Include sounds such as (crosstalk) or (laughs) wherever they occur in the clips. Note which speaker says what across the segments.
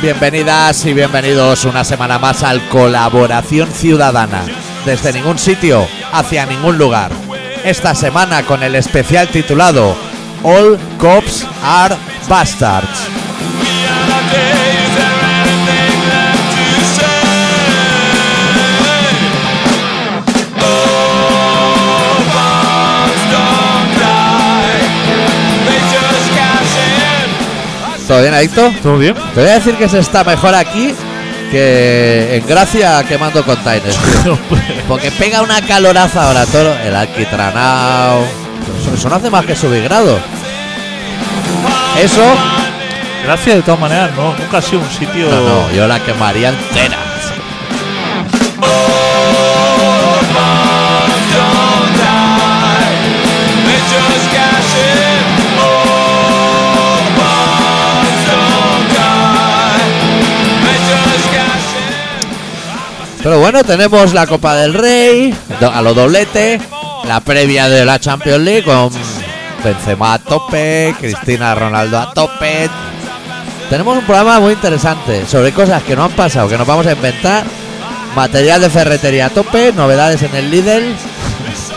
Speaker 1: Bienvenidas y bienvenidos una semana más al Colaboración Ciudadana. Desde ningún sitio, hacia ningún lugar. Esta semana con el especial titulado All Cops Are Bastards. ¿Todo bien, Adicto?
Speaker 2: ¿Todo bien?
Speaker 1: Te voy a decir que se está mejor aquí que en Gracia quemando containers. tío. Porque pega una caloraza ahora todo. El alquitranao. Eso, eso no hace más que subir grados. Eso.
Speaker 2: Gracias de todas maneras, no, nunca ha sido un sitio.
Speaker 1: No, no, yo la quemaría entera.
Speaker 3: Oh,
Speaker 1: Pero bueno, tenemos la Copa del Rey, do- a lo doblete, la previa de la Champions League con Benzema a tope, Cristina Ronaldo a tope. Tenemos un programa muy interesante sobre cosas que no han pasado, que nos vamos a inventar. Material de ferretería a tope, novedades en el Lidl.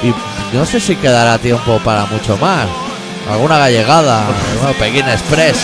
Speaker 1: Y no sé si quedará tiempo para mucho más. Alguna gallegada, (laughs) bueno, Pekín Express.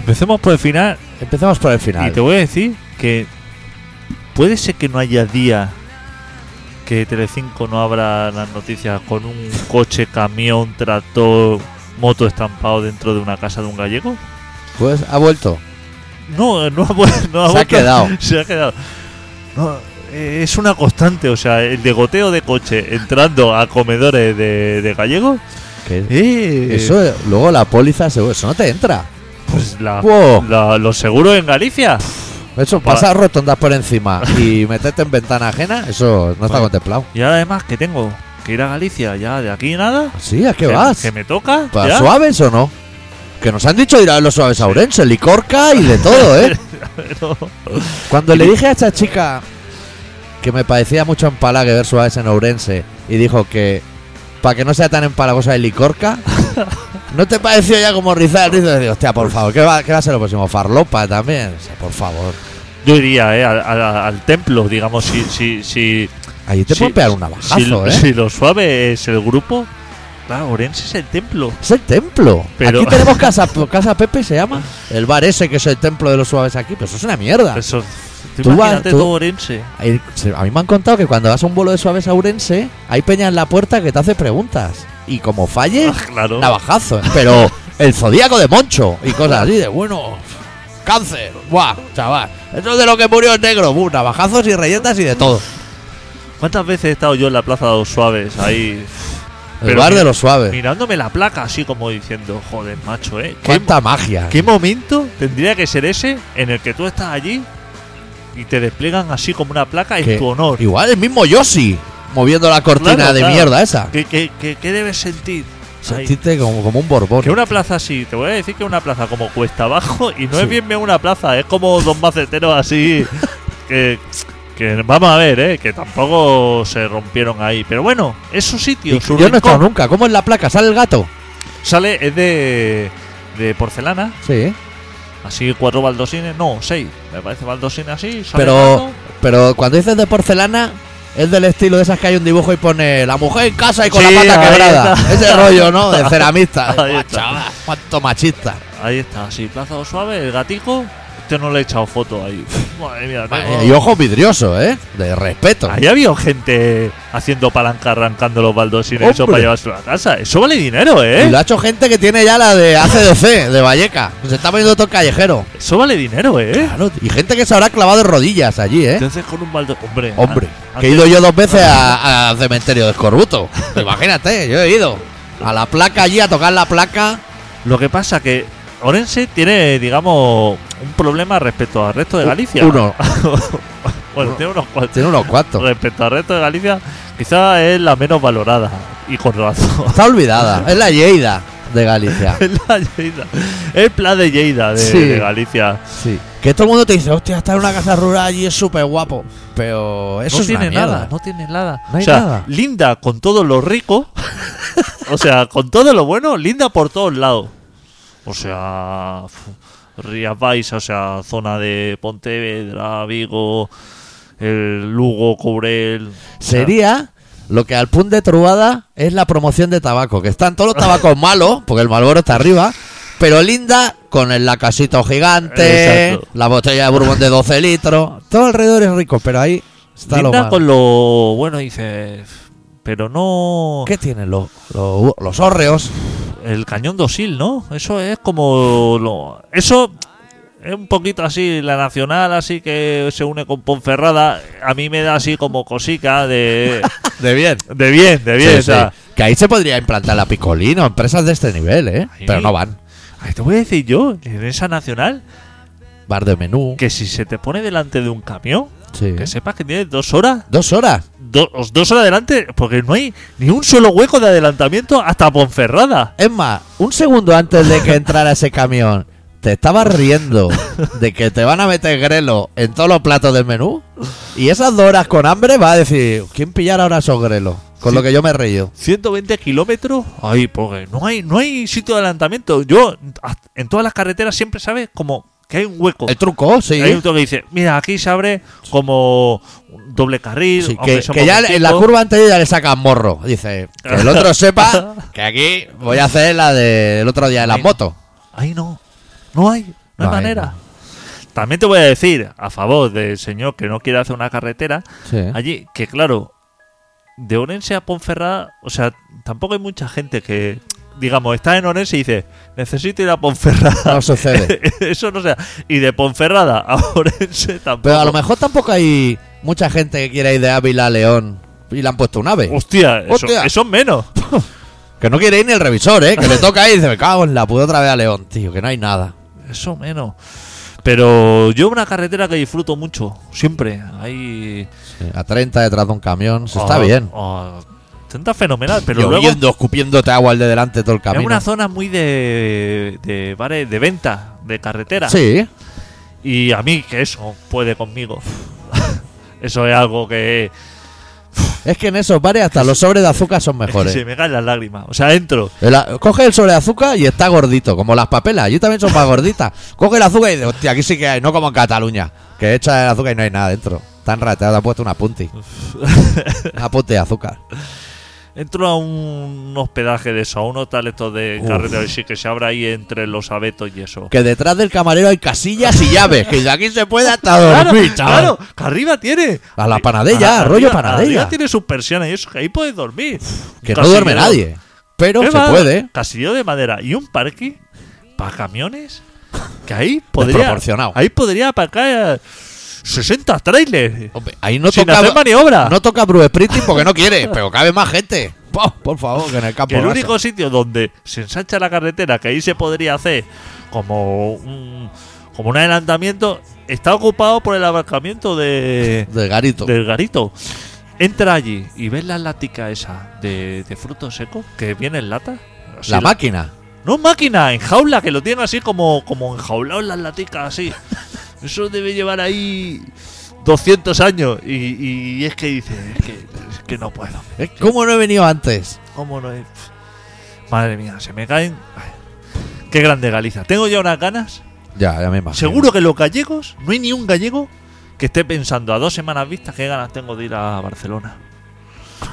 Speaker 2: Empecemos por el final
Speaker 1: Empezamos por el final.
Speaker 2: y te voy a decir que puede ser que no haya día que Telecinco no abra las noticias con un coche, camión, tractor, moto estampado dentro de una casa de un gallego.
Speaker 1: Pues ha vuelto.
Speaker 2: No, no ha, vuel- no ha
Speaker 1: Se ha
Speaker 2: vuelto.
Speaker 1: quedado.
Speaker 2: (laughs) Se ha quedado. No, eh, es una constante, o sea, el degoteo de coche entrando a comedores de, de gallegos.
Speaker 1: Que-
Speaker 2: eh,
Speaker 1: Eso, eh, luego la póliza, seguro, eso no te entra.
Speaker 2: Pues la-
Speaker 1: Wow.
Speaker 2: la- los seguros en Galicia.
Speaker 1: Eso,
Speaker 2: Para-
Speaker 1: pasar rotondas por encima y (laughs) meterte en ventana ajena, eso no está
Speaker 2: Bueno.
Speaker 1: contemplado.
Speaker 2: Y ahora además que tengo que ir a Galicia ya de aquí nada.
Speaker 1: ¿Sí? ¿A qué
Speaker 2: que,
Speaker 1: vas?
Speaker 2: Que me toca.
Speaker 1: ¿Para
Speaker 2: ya.
Speaker 1: suaves o no? Que nos han dicho ir a los suaves a Ourense, Licorca y de todo,
Speaker 2: (laughs)
Speaker 1: ¿eh?
Speaker 2: No.
Speaker 1: Cuando le dije a esta chica que me parecía mucho empalague ver suaves en Ourense y dijo que para que no sea tan empalagosa el
Speaker 2: (laughs)
Speaker 1: Licorca, ¿no te pareció ya como rizar el rizo? Y digo, hostia, por favor, ¿qué va, ¿qué va a ser lo próximo? Farlopa también, O sea, por favor.
Speaker 2: Yo iría eh, al, al- al templo, digamos, si si si
Speaker 1: Ahí te
Speaker 2: si-
Speaker 1: pueden pegar un
Speaker 2: si,
Speaker 1: navajazo, ¿eh?
Speaker 2: si lo suave es el grupo. Claro, Orense es el templo.
Speaker 1: Es el templo.
Speaker 2: Pero-
Speaker 1: Aquí tenemos casa, casa Pepe, se llama. El bar ese que es el templo de los suaves aquí, pero eso es una mierda.
Speaker 2: Eso. tú
Speaker 1: Tú vas-
Speaker 2: imagínate
Speaker 1: tú-
Speaker 2: todo Orense.
Speaker 1: Ahí- se- A mí me han contado que cuando vas a un vuelo de suaves a Urense, hay peña en la puerta que te hace preguntas. Y como falle,
Speaker 2: Ah, claro.
Speaker 1: navajazo. Pero el zodíaco de Moncho y cosas así de bueno. Cáncer, buah, chaval. Eso es de lo que murió el negro, buh, navajazos y rellenas y de todo.
Speaker 2: ¿Cuántas veces he estado yo en la plaza de los suaves ahí
Speaker 1: El
Speaker 2: Pero
Speaker 1: bar
Speaker 2: mira-
Speaker 1: de los suaves.
Speaker 2: mirándome la placa así como diciendo, joder, macho, eh? ¿Qué,
Speaker 1: Cuánta magia.
Speaker 2: ¿Qué momento tendría que ser ese en el que tú estás allí y te despliegan así como una placa en
Speaker 1: Que-
Speaker 2: tu honor?
Speaker 1: Igual el mismo Yoshi moviendo la cortina
Speaker 2: Claro,
Speaker 1: de
Speaker 2: claro.
Speaker 1: mierda esa.
Speaker 2: ¿Qué, qué- qué- qué debes sentir? Ay,
Speaker 1: Sentiste como, como un borbón.
Speaker 2: que una plaza así, te voy a decir que una plaza como cuesta abajo y no
Speaker 1: Sí.
Speaker 2: es bien bien una plaza, es como dos maceteros
Speaker 1: (laughs)
Speaker 2: así que, que vamos a ver, eh, que tampoco se rompieron ahí, pero bueno, es su sitio,
Speaker 1: Y
Speaker 2: su
Speaker 1: yo no he
Speaker 2: rincón.
Speaker 1: estado nunca. ¿Cómo es la placa? ¿Sale el gato?
Speaker 2: Sale, es de, de porcelana,
Speaker 1: Sí. ¿eh?
Speaker 2: así cuatro baldosines, no, seis, me parece baldosines así, sale
Speaker 1: Pero,
Speaker 2: gato.
Speaker 1: pero cuando dices de porcelana, es del estilo de esas que hay un dibujo y pone la mujer en casa y con
Speaker 2: Sí,
Speaker 1: la pata
Speaker 2: ahí
Speaker 1: quebrada.
Speaker 2: está. (laughs)
Speaker 1: Ese rollo, ¿no? De ceramista.
Speaker 2: Ahí
Speaker 1: Buah,
Speaker 2: está.
Speaker 1: chaval, cuánto machista.
Speaker 2: Ahí está, sí, plaza suave, el gatico Yo no le he echado foto ahí. (laughs) Madre mía,
Speaker 1: Madre
Speaker 2: tengo-
Speaker 1: mía, Y ojo vidrioso, ¿eh? De respeto.
Speaker 2: Ahí había gente haciendo palanca, arrancando los baldosines eso
Speaker 1: Hombre.
Speaker 2: para llevárselo a casa. Eso vale dinero,
Speaker 1: Y
Speaker 2: ¿eh?
Speaker 1: lo ha hecho gente que tiene ya la de ACDC, de Valleca. Se está poniendo todo callejero.
Speaker 2: Eso vale dinero, ¿eh?
Speaker 1: Claro, y gente que se habrá clavado de rodillas allí, ¿eh?
Speaker 2: Entonces con un baldo... Hombre.
Speaker 1: Hombre,
Speaker 2: an-
Speaker 1: que he ido yo dos veces a- al cementerio de
Speaker 2: (laughs)
Speaker 1: Escorbuto. Imagínate, yo he ido a la placa allí a tocar la placa.
Speaker 2: Lo que pasa que Orense tiene, digamos, un problema respecto al resto de Galicia.
Speaker 1: Uno,
Speaker 2: (laughs) bueno, tiene unos cuantos.
Speaker 1: tiene unos cuantos.
Speaker 2: Respecto al resto de Galicia, quizá es la menos valorada. Y con razón.
Speaker 1: Está olvidada, es la Lleida de Galicia.
Speaker 2: Es la Lleida. Es plan de Lleida de,
Speaker 1: Sí.
Speaker 2: de Galicia.
Speaker 1: Sí. Que todo el mundo te dice, hostia, está en una casa rural allí es súper guapo. Pero eso
Speaker 2: no
Speaker 1: es
Speaker 2: tiene
Speaker 1: una mierda.
Speaker 2: nada, no tiene nada.
Speaker 1: No hay
Speaker 2: o sea,
Speaker 1: nada.
Speaker 2: linda con todo lo rico. o sea, con todo lo bueno, linda por todos lados. O sea, f- Rías Baixas, o sea, zona de Pontevedra, Vigo, el Lugo, Cobrel. o sea,
Speaker 1: Sería lo que al punt de Trubada es la promoción de tabaco, que están todos los
Speaker 2: (laughs)
Speaker 1: tabacos malos, porque el Malboro está arriba, pero linda con el lacasito gigante,
Speaker 2: Exacto.
Speaker 1: la botella de bourbon de 12 litros, todo alrededor es rico, pero ahí está lo
Speaker 2: linda
Speaker 1: malo.
Speaker 2: con lo bueno, dices. Pero no.
Speaker 1: ¿Qué tienen los, los, los hórreos?
Speaker 2: El cañón dosil, ¿no? Eso es como. Lo, eso es un poquito así, la nacional, así que se une con Ponferrada. A mí me da así como cosica de.
Speaker 1: De bien.
Speaker 2: De bien, de bien. o sea,
Speaker 1: Que ahí se podría implantar la picolina, empresas de este nivel, ¿eh?
Speaker 2: Ahí.
Speaker 1: Pero no van.
Speaker 2: ay, Te voy a decir yo, en esa nacional,
Speaker 1: Bar de menú.
Speaker 2: que si se te pone delante de un camión,
Speaker 1: sí.
Speaker 2: que sepas que tienes dos horas.
Speaker 1: Dos horas.
Speaker 2: do- os- dos horas adelante, porque no hay ni un solo hueco de adelantamiento hasta Ponferrada.
Speaker 1: Es más, un segundo antes de que entrara ese camión, ¿te estabas riendo de que te van a meter grelo en todos los platos del menú? Y esas dos horas con hambre va a decir, ¿quién pillará ahora esos grelos? Con lo que yo me he reído.
Speaker 2: 120 kilómetros. Ay, porque no hay, no hay sitio de adelantamiento. Yo, a- en todas las carreteras siempre sabes como que hay un hueco.
Speaker 1: El truco, sí.
Speaker 2: Hay un toque que dice, mira, aquí se abre como un doble carril.
Speaker 1: Sí,
Speaker 2: aunque
Speaker 1: que,
Speaker 2: son
Speaker 1: que ya en la
Speaker 2: poquitico.
Speaker 1: curva anterior ya le sacan morro. Dice, que el otro
Speaker 2: (laughs)
Speaker 1: sepa que aquí voy a hacer la del otro día de las
Speaker 2: Ahí.
Speaker 1: motos.
Speaker 2: Ahí no. No hay. No, hay
Speaker 1: No hay,
Speaker 2: manera. También te voy a decir, a favor del señor que no quiere hacer una carretera,
Speaker 1: Sí.
Speaker 2: allí, que claro, de Orense a Ponferrada, o sea, tampoco hay mucha gente que, digamos, está en Orense y dice, necesito ir a Ponferrada.
Speaker 1: No sucede.
Speaker 2: (laughs) Eso no sea. Y de Ponferrada a (laughs) Orense tampoco.
Speaker 1: Pero a lo mejor tampoco hay mucha gente que quiera ir de Ávila a León y le han puesto un ave.
Speaker 2: Hostia, eso,
Speaker 1: Hostia.
Speaker 2: eso es menos.
Speaker 1: Que no quiere ir ni el revisor, ¿eh?
Speaker 2: (laughs)
Speaker 1: Que le toca ahí y dice, me cago en la pude otra vez a León, tío, que no hay nada.
Speaker 2: Eso menos. Pero yo una carretera que disfruto mucho, siempre. Ahí.
Speaker 1: A 30 detrás de un camión, se está
Speaker 2: Ah,
Speaker 1: bien.
Speaker 2: ah, Tenta fenomenal, pero
Speaker 1: Lloviendo,
Speaker 2: luego
Speaker 1: escupiéndote agua al de delante todo el camino.
Speaker 2: es una zona muy de, de bares de venta, de carretera.
Speaker 1: Sí,
Speaker 2: Y a mí que eso puede conmigo. (laughs) eso es algo que,
Speaker 1: es que en esos bares hasta los sobres de azúcar son
Speaker 2: es que (laughs)
Speaker 1: mejores.
Speaker 2: se me caen las lágrimas. O sea, entro.
Speaker 1: El a- coge el sobre de azúcar y está gordito, como las papelas, allí también son más gorditas. Coge el azúcar y dice, hostia, aquí sí que hay, no como en Cataluña, que echa el azúcar y no hay nada dentro. Tan rateado, te han puesto una punti. Una punti de azúcar.
Speaker 2: Entro a un hospedaje de eso, a un hotel estos de
Speaker 1: Uf.
Speaker 2: carretera y sí que se abre ahí entre los abetos y eso.
Speaker 1: Que detrás del camarero hay casillas y llaves, que de aquí se puede hasta
Speaker 2: Claro,
Speaker 1: dormir, chaval.
Speaker 2: claro, que arriba tiene.
Speaker 1: A la panadella,
Speaker 2: Arri-
Speaker 1: rollo
Speaker 2: arriba-
Speaker 1: panadella.
Speaker 2: arriba tiene sus persianas y eso, que ahí puedes dormir.
Speaker 1: Que
Speaker 2: Un
Speaker 1: no duerme
Speaker 2: casillero.
Speaker 1: nadie. Pero
Speaker 2: ¿Qué
Speaker 1: se
Speaker 2: va?
Speaker 1: puede.
Speaker 2: Casillero de madera y un parque para camiones. Que ahí podría.
Speaker 1: (laughs) Desproporcionado.
Speaker 2: Ahí podría aparcar 60 trailers.
Speaker 1: Hombre, ahí no
Speaker 2: sin
Speaker 1: toca,
Speaker 2: hacer maniobra.
Speaker 1: no toca Bruce Springsteen porque no quiere, pero cabe más gente. Po, por favor, que en el campo.
Speaker 2: Que el
Speaker 1: raso.
Speaker 2: único sitio donde se ensancha la carretera, que ahí se podría hacer como un, como un adelantamiento, está ocupado por el abarcamiento de,
Speaker 1: Del garito.
Speaker 2: del garito. Entra allí y ves la lática esa de, de frutos secos que viene en lata. Así
Speaker 1: la
Speaker 2: lo-
Speaker 1: máquina.
Speaker 2: No máquina, en jaula, que lo tiene así como, como enjaulado en las laticas, así. Eso debe llevar ahí 200 años. Y, y es que dice, es que, es que no puedo.
Speaker 1: Eh, ¿Cómo no he venido antes?
Speaker 2: ¿Cómo no es? Madre mía, se me caen. Ay, Qué grande Galicia. Tengo ya unas ganas.
Speaker 1: Ya, ya me imagino.
Speaker 2: Seguro que los gallegos, no hay ni un gallego que esté pensando a dos semanas vistas qué ganas tengo de ir a Barcelona.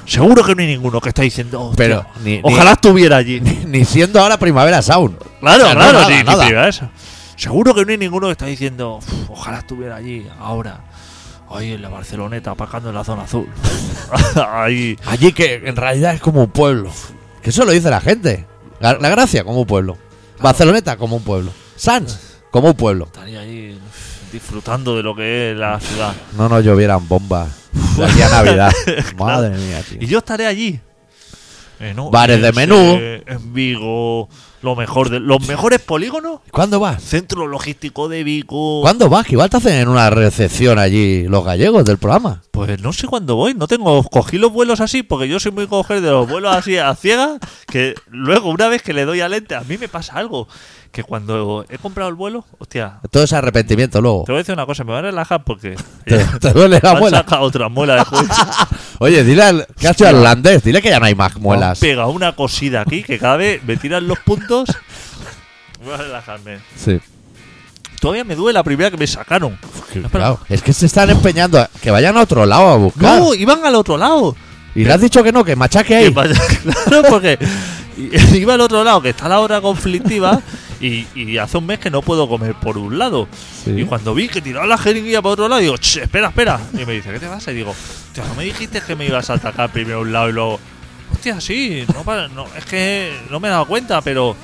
Speaker 2: Seguro que no hay ninguno que está diciendo. "Oh, "Hostia,
Speaker 1: Pero ni, ni-
Speaker 2: ojalá estuviera allí.
Speaker 1: ni siendo ahora primavera sound.
Speaker 2: Claro,
Speaker 1: O sea, no,
Speaker 2: claro,
Speaker 1: nada,
Speaker 2: sí, ni
Speaker 1: nada.
Speaker 2: te diga eso. Seguro que no hay ninguno que está diciendo, "Uf, ojalá estuviera allí, ahora. Ahí en la Barceloneta, apacando en la zona azul. (laughs) Ahí.
Speaker 1: Allí que en realidad es como un pueblo. Que eso lo dice la gente. La, la Gracia como un pueblo. Barceloneta como un pueblo. Sans como un pueblo.
Speaker 2: Estaría allí uf, disfrutando de lo que es la ciudad.
Speaker 1: No nos llovieran bombas de aquí a Navidad. Madre mía, tío.
Speaker 2: Y yo estaré allí. En Orense,
Speaker 1: Bares de menú.
Speaker 2: eh, En Vigo. Lo mejor de, los mejores polígonos.
Speaker 1: ¿Cuándo vas?
Speaker 2: Centro logístico de Vigo.
Speaker 1: ¿Cuándo vas? Que igual te hacen en una recepción allí los gallegos del programa.
Speaker 2: Pues no sé cuándo voy, no tengo. Cogí los vuelos así, porque yo soy muy coger de los vuelos así a ciegas, que luego una vez que le doy a lente, a mí me pasa algo. Que cuando he comprado el vuelo, hostia,
Speaker 1: Todo ese arrepentimiento luego.
Speaker 2: te voy a decir una cosa, me voy a relajar
Speaker 1: (laughs)
Speaker 2: porque.
Speaker 1: Te, te duele la
Speaker 2: han
Speaker 1: muela.
Speaker 2: sacado otra muela de juicio.
Speaker 1: Oye, dile al que ha hecho el holandés, dile que ya no hay más
Speaker 2: Me
Speaker 1: (laughs)
Speaker 2: han
Speaker 1: muelas.
Speaker 2: pegado una cosida aquí que cada vez me tiran los puntos. (laughs) Voy a relajarme.
Speaker 1: Sí.
Speaker 2: Todavía me duele la primera que me sacaron.
Speaker 1: Claro, es que se están empeñando a- que vayan a otro lado a buscar.
Speaker 2: No, iban al otro lado.
Speaker 1: y le has dicho que no, que machaque
Speaker 2: Que
Speaker 1: ahí.
Speaker 2: vaya- (laughs) claro, porque i- iba al otro lado, que está la hora conflictiva, y, y hace un mes que no puedo comer por un lado.
Speaker 1: Sí.
Speaker 2: Y cuando vi que tiraba la jeringuilla para otro lado, digo, "Che, espera, espera. Y me dice, ¿qué te pasa? Y digo, "Tío, no me dijiste que me ibas a atacar primero un lado y luego. Hostia, sí, no, para- no, es que no me he dado cuenta, pero.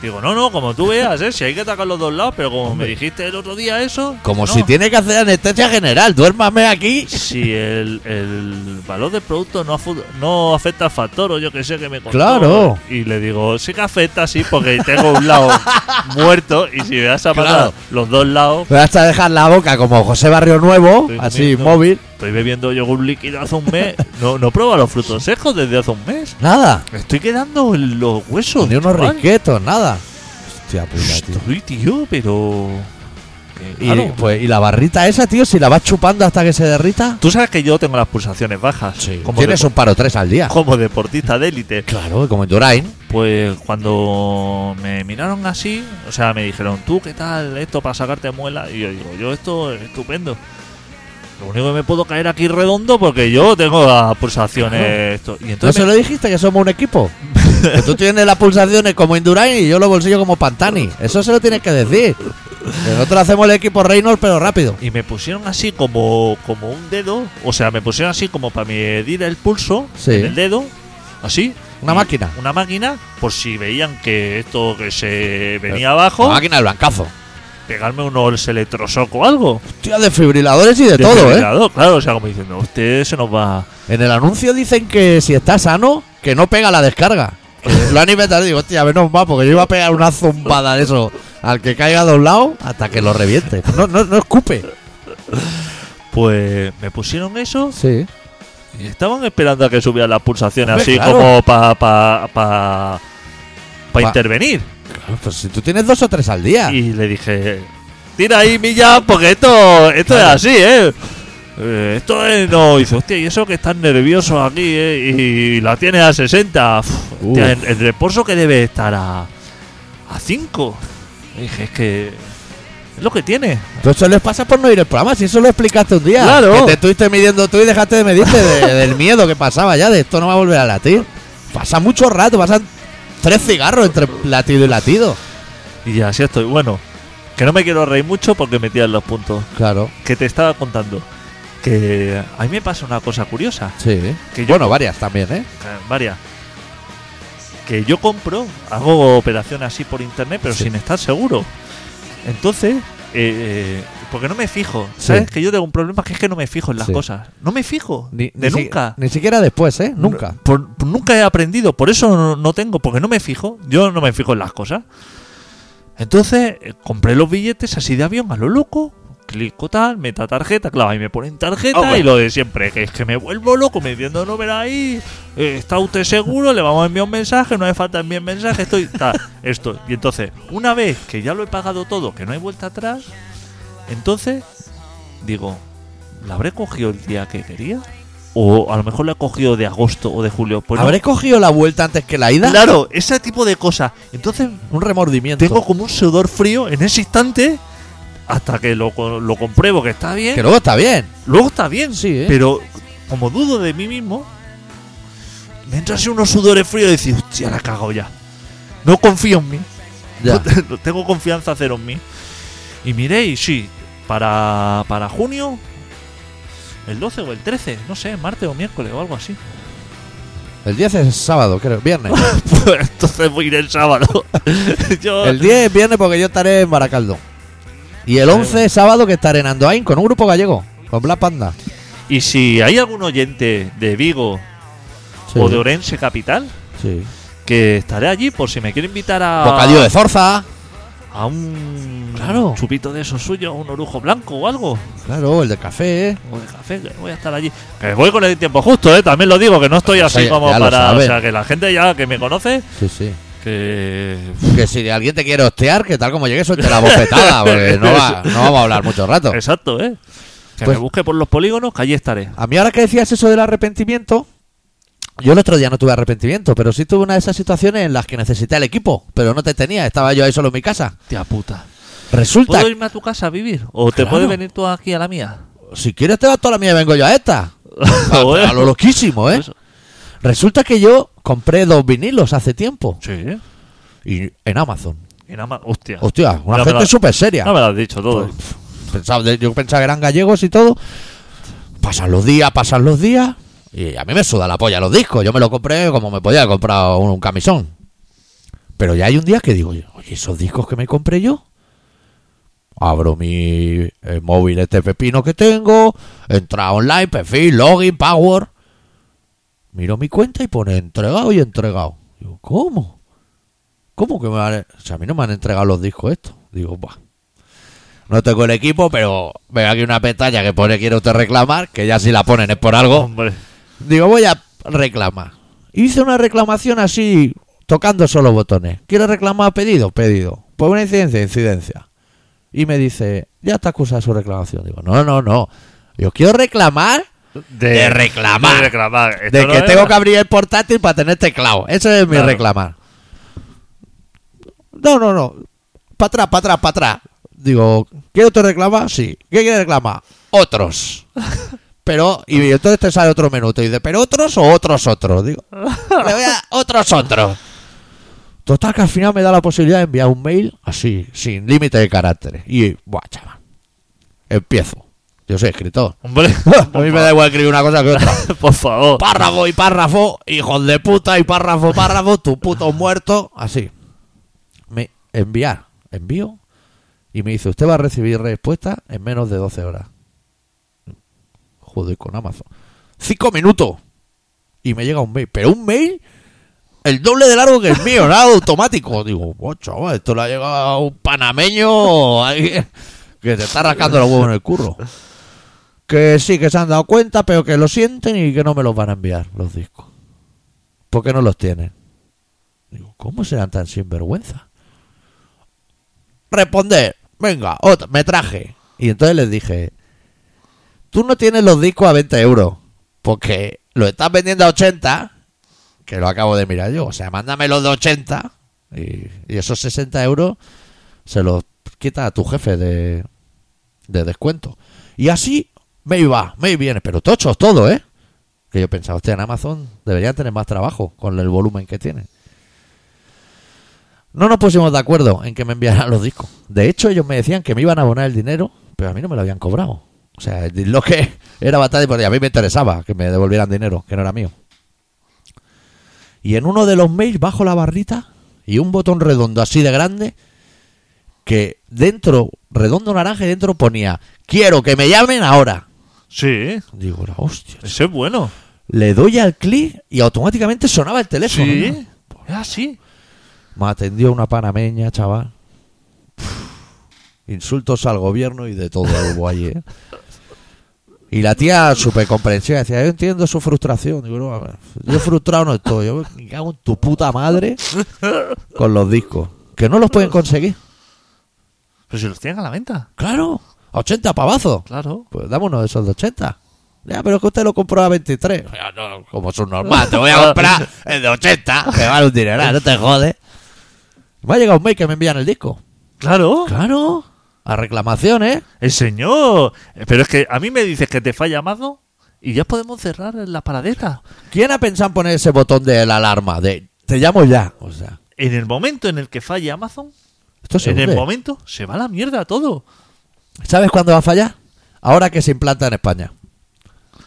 Speaker 2: Digo, no, no, como tú veas, ¿eh? si hay que atacar los dos lados, pero como me dijiste el otro día eso.
Speaker 1: Como
Speaker 2: no".
Speaker 1: si tiene que hacer anestesia general, duérmame aquí.
Speaker 2: Si el, el valor del producto no, afu- no afecta al factor, o yo que sé que me costó.
Speaker 1: Claro.
Speaker 2: Y le digo, sí que afecta, sí, porque tengo
Speaker 1: (laughs)
Speaker 2: un lado muerto, y si me vas a parar
Speaker 1: Claro.
Speaker 2: los dos lados,
Speaker 1: Me vas a dejar la boca como José Barrio Nuevo,
Speaker 2: Estoy
Speaker 1: así
Speaker 2: comiendo.
Speaker 1: móvil.
Speaker 2: estoy bebiendo yogur líquido hace un mes. No, no prueba los frutos secos desde hace un mes.
Speaker 1: Nada,
Speaker 2: Me estoy quedando en los huesos.
Speaker 1: ni unos
Speaker 2: chaval.
Speaker 1: riquetos, nada. Hostia puta, tío.
Speaker 2: Estoy, tío, pero. que,
Speaker 1: Y,
Speaker 2: claro.
Speaker 1: pues, y la barrita esa, tío, si la vas chupando hasta que se derrita,
Speaker 2: Tú sabes que yo tengo las pulsaciones bajas. Como,
Speaker 1: tienes
Speaker 2: depo-
Speaker 1: un paro tres al día.
Speaker 2: como deportista
Speaker 1: (laughs)
Speaker 2: de élite.
Speaker 1: Claro, como en Durain.
Speaker 2: Pues cuando me miraron así, o sea, me dijeron, ¿tú qué tal esto para sacarte muela? Y yo digo, yo esto es estupendo. Lo único que me puedo caer aquí redondo porque yo tengo las pulsaciones esto. Y
Speaker 1: ¿No
Speaker 2: entonces
Speaker 1: se lo dijiste que somos un
Speaker 2: (laughs)
Speaker 1: equipo? que tú tienes las pulsaciones como Indurain y yo los bolsillos como Pantani. Eso se lo tienes que decir. Que nosotros hacemos el equipo Reynolds, pero rápido.
Speaker 2: me- y me pusieron así como, como un dedo, o sea, me pusieron así como para medir el pulso
Speaker 1: Sí.
Speaker 2: en el dedo, así.
Speaker 1: Una
Speaker 2: Y-
Speaker 1: máquina.
Speaker 2: Una máquina, por si veían que esto que se venía abajo,
Speaker 1: La máquina del blancazo.
Speaker 2: pegarme unos electroshock o algo.
Speaker 1: Hostia, desfibriladores y de todo, ¿eh?
Speaker 2: Desfibrilador, Claro, o sea, como diciendo, usted se nos va.
Speaker 1: En el anuncio dicen que si está sano, que no pega la (laughs) descarga. Lo han inventado y digo, hostia, menos mal, porque yo iba a pegar una zumbada de eso al que caiga doblado hasta que lo reviente. No, no, no escupe.
Speaker 2: Pues me pusieron eso
Speaker 1: Sí.
Speaker 2: y estaban esperando a que subieran las pulsaciones
Speaker 1: Hombre,
Speaker 2: así
Speaker 1: claro.
Speaker 2: como para pa, pa, pa
Speaker 1: Pa- Ah.
Speaker 2: intervenir.
Speaker 1: Pues si tú tienes dos o tres al día.
Speaker 2: Y le dije, tira ahí milla porque esto, esto
Speaker 1: Claro.
Speaker 2: es así, ¿eh? Eh, esto es, no, y dice, hostia, y eso que estás nervioso aquí, ¿eh? Y la tienes a 60. Uf, hostia,
Speaker 1: Uf.
Speaker 2: el, el reposo que debe estar a, a 5. Y dije, es que es lo que tiene.
Speaker 1: Pero eso les pasa por no ir al programa, si eso lo explicaste un día.
Speaker 2: Claro.
Speaker 1: Que te estuviste midiendo tú y dejaste de medirte (laughs) de- del miedo que pasaba ya, de esto no va a volver a latir. Pasa mucho rato, pasan tres cigarros entre latido y latido.
Speaker 2: Y así estoy. Bueno, que no me quiero reír mucho porque me tiran los puntos.
Speaker 1: Claro,
Speaker 2: que te estaba contando. Que a mí me pasa una cosa curiosa,
Speaker 1: sí.
Speaker 2: Que yo-
Speaker 1: bueno, varias también, ¿eh?
Speaker 2: eh, varias. Que yo compro, hago operaciones así por internet, pero
Speaker 1: Sí.
Speaker 2: sin estar seguro. Entonces, eh, eh, porque no me fijo.
Speaker 1: Sí.
Speaker 2: ¿Sabes? Que yo tengo un problema que es que no me fijo en las
Speaker 1: Sí.
Speaker 2: cosas. No me fijo.
Speaker 1: Ni,
Speaker 2: de
Speaker 1: ni si-
Speaker 2: nunca.
Speaker 1: ni siquiera después, ¿eh? Nunca.
Speaker 2: No, por- por- nunca he aprendido, por eso no, no tengo, porque no me fijo. Yo no me fijo en las cosas. Entonces eh, compré los billetes así de avión a lo loco. Clico tal, meta tarjeta, claro, ahí me ponen tarjeta
Speaker 1: Ah, bueno.
Speaker 2: y lo de siempre, que es que me vuelvo loco me diciendo no verá ahí, eh, está usted seguro, le vamos a enviar un mensaje, no hace falta enviar mensaje, estoy, tal, esto. Y entonces, una vez que ya lo he pagado todo, que no hay vuelta atrás, entonces digo, ¿la habré cogido el día que quería? O a lo mejor la he cogido de agosto o de julio. Pues no.
Speaker 1: ¿Habré cogido la vuelta antes que la ida?
Speaker 2: Claro, ese tipo de cosas. Entonces
Speaker 1: Un remordimiento.
Speaker 2: tengo como un sudor frío en ese instante hasta que lo, co- lo compruebo que está bien.
Speaker 1: Que luego está bien.
Speaker 2: Luego está bien,
Speaker 1: Sí, ¿eh?
Speaker 2: pero como dudo de mí mismo, me entra así unos sudores fríos y decir, hostia, la cago ya. No confío en mí.
Speaker 1: Ya.
Speaker 2: (laughs) No tengo confianza cero en mí. Y miré y sí, para, para junio, el 12 o el 13, no sé, martes o miércoles o algo así.
Speaker 1: El 10 es sábado, creo, viernes.
Speaker 2: Pues entonces voy a ir el sábado. Yo,
Speaker 1: El 10 es viernes porque yo estaré en Baracaldo. Y el 11 es sábado que estaré en Andoain con un grupo gallego, con Black Panda.
Speaker 2: Y si hay algún oyente de Vigo
Speaker 1: Sí,
Speaker 2: o de Orense Capital,
Speaker 1: sí.
Speaker 2: que estaré allí por si me quiere invitar a.
Speaker 1: Bocadillo de Zorza.
Speaker 2: A un.
Speaker 1: Claro.
Speaker 2: Chupito de esos suyos, un orujo blanco o algo.
Speaker 1: Claro, el de café. ¿eh?
Speaker 2: O de café, que voy a estar allí. Que voy con el tiempo justo, ¿eh? También lo digo, que no estoy
Speaker 1: Bueno,
Speaker 2: así
Speaker 1: eso ya-
Speaker 2: como
Speaker 1: ya lo
Speaker 2: para. O
Speaker 1: saben.
Speaker 2: sea, que la gente ya que me conoce,
Speaker 1: Sí, sí.
Speaker 2: que.
Speaker 1: Que si alguien te quiere hostear, que tal como llegue, suelte la bofetada, porque no, va- no vamos a hablar mucho rato.
Speaker 2: Exacto, ¿eh? Que
Speaker 1: Pues-
Speaker 2: me busque por los polígonos, que allí estaré.
Speaker 1: A mí ahora que decías eso del arrepentimiento, yo el otro día no tuve arrepentimiento, pero sí tuve una de esas situaciones en las que necesité el equipo, pero no te tenía, estaba yo ahí solo en mi casa.
Speaker 2: Tía puta.
Speaker 1: Resulta,
Speaker 2: ¿Puedo irme a tu casa a vivir? ¿O te
Speaker 1: Claro.
Speaker 2: puedes venir tú aquí a la mía?
Speaker 1: si quieres te vas toda la mía y vengo yo a esta.
Speaker 2: (laughs) Joder. Pues-
Speaker 1: A, a lo loquísimo, ¿eh?
Speaker 2: Eso.
Speaker 1: Resulta que yo compré dos vinilos hace tiempo
Speaker 2: Sí.
Speaker 1: y en Amazon.
Speaker 2: Y nada más. Hostia.
Speaker 1: Hostia, una
Speaker 2: Ya me
Speaker 1: gente
Speaker 2: la-
Speaker 1: súper seria.
Speaker 2: No me lo has dicho todo.
Speaker 1: Pues, pensaba- de- yo pensaba que eran gallegos y todo. Pasan los días, pasan los días. Y a mí me suda la polla los discos. Yo me lo compré como me podía haber comprado un, un camisón. Pero ya hay un día que digo, oye, esos discos que me compré yo. Abro mi eh, móvil, este pepino que tengo. Entra online, perfil, login, power. Miro mi cuenta y pone entregado y entregado. Digo, ¿cómo? ¿Cómo que me han.? e-?". O sea, a mí no me han entregado los discos estos. Digo, buah. No tengo el equipo, pero veo aquí una pestaña que pone quiero usted reclamar, que ya si la ponen es por algo.
Speaker 2: (laughs) Hombre.
Speaker 1: Digo, voy a reclamar. Hice una reclamación así, tocando solo botones. ¿Quiero reclamar pedido? Pedido. Pues una incidencia, incidencia. Y me dice, ya está acusada su reclamación. Digo, no, no, no. Yo quiero reclamar
Speaker 2: De,
Speaker 1: De reclamar.
Speaker 2: De reclamar. Esto
Speaker 1: de
Speaker 2: no
Speaker 1: que
Speaker 2: es-
Speaker 1: tengo que abrir el portátil para tener teclado. Eso es mi
Speaker 2: Claro.
Speaker 1: reclamar. No, no, no. Para atrás, para atrás, para atrás. Digo, ¿quiero te reclamar? Sí. ¿Qué quiere reclamar?
Speaker 2: (laughs)
Speaker 1: Otros. Pero, y entonces te sale otro minuto. Y dice, ¿pero otros o otros otros?
Speaker 2: (laughs)
Speaker 1: Digo, le voy a otros otros. Total, que al final me da la posibilidad de enviar un mail así, sin límite de carácter. Y, buah, chaval. Empiezo. Yo soy
Speaker 2: (laughs)
Speaker 1: escritor. (laughs)
Speaker 2: Hombre.
Speaker 1: A mí me da igual escribir una cosa que otra
Speaker 2: (laughs) Por favor.
Speaker 1: párrafo y párrafo, hijos de puta y párrafo, párrafo, tu puto muerto, así. Me enviar, envío y me dice, usted va a recibir respuesta en menos de 12 horas. Joder, con Amazon. Cinco minutos. Y me llega un mail, pero un mail el doble de largo que el mío, nada automático. Digo, "Buah, chaval, esto le ha llegado un panameño ahí, que te está rascando los huevos en el curro. Que sí, que se han dado cuenta, pero que lo sienten y que no me los van a enviar los discos. Porque no los tienen. Digo, ¿cómo serán tan sinvergüenza? Responder, venga, otra, me traje. Y entonces les dije, tú no tienes los discos a 20 euros, porque lo estás vendiendo a 80, que lo acabo de mirar yo. O sea, mándame los de 80 y, y esos 60 euros se los quita a tu jefe de, de descuento. Y así me iba, me viene, pero tochos todo, ¿eh? Que yo pensaba, hostia, en Amazon deberían tener más trabajo con el volumen que tienen. No nos pusimos de acuerdo en que me enviaran los discos. De hecho, ellos me decían que me iban a abonar el dinero, pero a mí no me lo habían cobrado. O sea, lo que (laughs) era batalla, porque a mí me interesaba que me devolvieran dinero, que no era mío. Y en uno de los mails bajo la barrita y un botón redondo así de grande que dentro, redondo naranja, y dentro ponía, quiero que me llamen ahora.
Speaker 2: Sí.
Speaker 1: Digo, la hostia.
Speaker 2: Ese es bueno.
Speaker 1: Le doy al clic y automáticamente sonaba el teléfono.
Speaker 2: Sí. Ah, sí.
Speaker 1: Me atendió una panameña, chaval. Pff, Insultos al gobierno y de todo hubo allí. ¿eh? Y la tía súper comprensiva decía, yo entiendo su frustración. Digo, "No, a ver, yo frustrado no estoy. Yo me cago en tu puta madre con los discos. Que no los pueden conseguir.
Speaker 2: Pero si los tienen a la venta.
Speaker 1: Claro, a 80 pavazos.
Speaker 2: Claro.
Speaker 1: Pues dámonos esos de 80. Ya, pero es que usted lo compró a 23. Ya, no, como es un normal, te voy a comprar el de 80. Que vale un dineral, no te jodes. Me ha llegado un mail que me envían el disco.
Speaker 2: Claro.
Speaker 1: Claro. A reclamaciones.
Speaker 2: El señor. Eh, Pero es que a mí me dices que te falla Amazon y ya podemos cerrar en la paradeta.
Speaker 1: ¿Quién ha pensado en poner ese botón de la alarma? De te llamo ya. O sea,
Speaker 2: En el momento en el que falla Amazon,
Speaker 1: Esto se
Speaker 2: en el
Speaker 1: hunde.
Speaker 2: momento se va a la mierda todo.
Speaker 1: ¿Sabes cuándo va a fallar? Ahora que se implanta en España.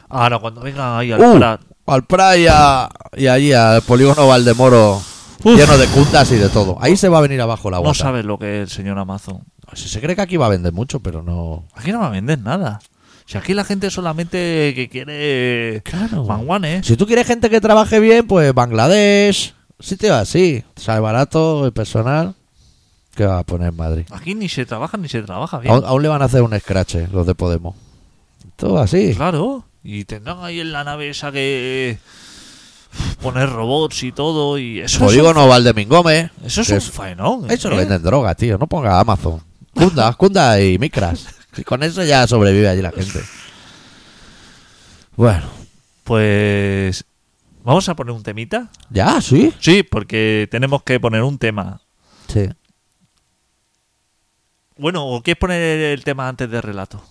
Speaker 2: Ahora, cuando venga ahí al
Speaker 1: Uh,
Speaker 2: Prat,
Speaker 1: Al Prat y, a- y allí al polígono Valdemoro,
Speaker 2: Uf.
Speaker 1: lleno de cundas y de todo. Ahí se va a venir abajo la
Speaker 2: no
Speaker 1: guata.
Speaker 2: sabes lo que es el señor Amazon.
Speaker 1: se, se cree que aquí va a vender mucho, pero no.
Speaker 2: Aquí no va a vender nada. Si aquí la gente solamente que quiere ¿eh?
Speaker 1: Claro.
Speaker 2: manguanes.
Speaker 1: Si tú quieres gente que trabaje bien, pues Bangladesh, sitio así. Sale barato el personal. ¿Qué va a poner en Madrid?
Speaker 2: Aquí ni se trabaja ni se trabaja bien.
Speaker 1: Aún, aún le van a hacer un scratch eh, los de Podemos. Todo así.
Speaker 2: Claro. Y tendrán ahí en la nave esa que uf, poner robots y todo y eso es un, ¿Eh?
Speaker 1: Polígono Valdemín Gómez.
Speaker 2: eso es
Speaker 1: que
Speaker 2: un
Speaker 1: es-
Speaker 2: faenón,
Speaker 1: Eso lo
Speaker 2: ¿eh?
Speaker 1: venden droga, tío. No ponga Amazon.
Speaker 2: (laughs)
Speaker 1: Cunda, cunda y micras. Y con eso ya sobrevive allí la gente. Bueno,
Speaker 2: Pues vamos a poner un temita.
Speaker 1: ya, sí.
Speaker 2: Sí, porque tenemos que poner un tema.
Speaker 1: Sí.
Speaker 2: Bueno, ¿o quieres poner el tema antes del relato?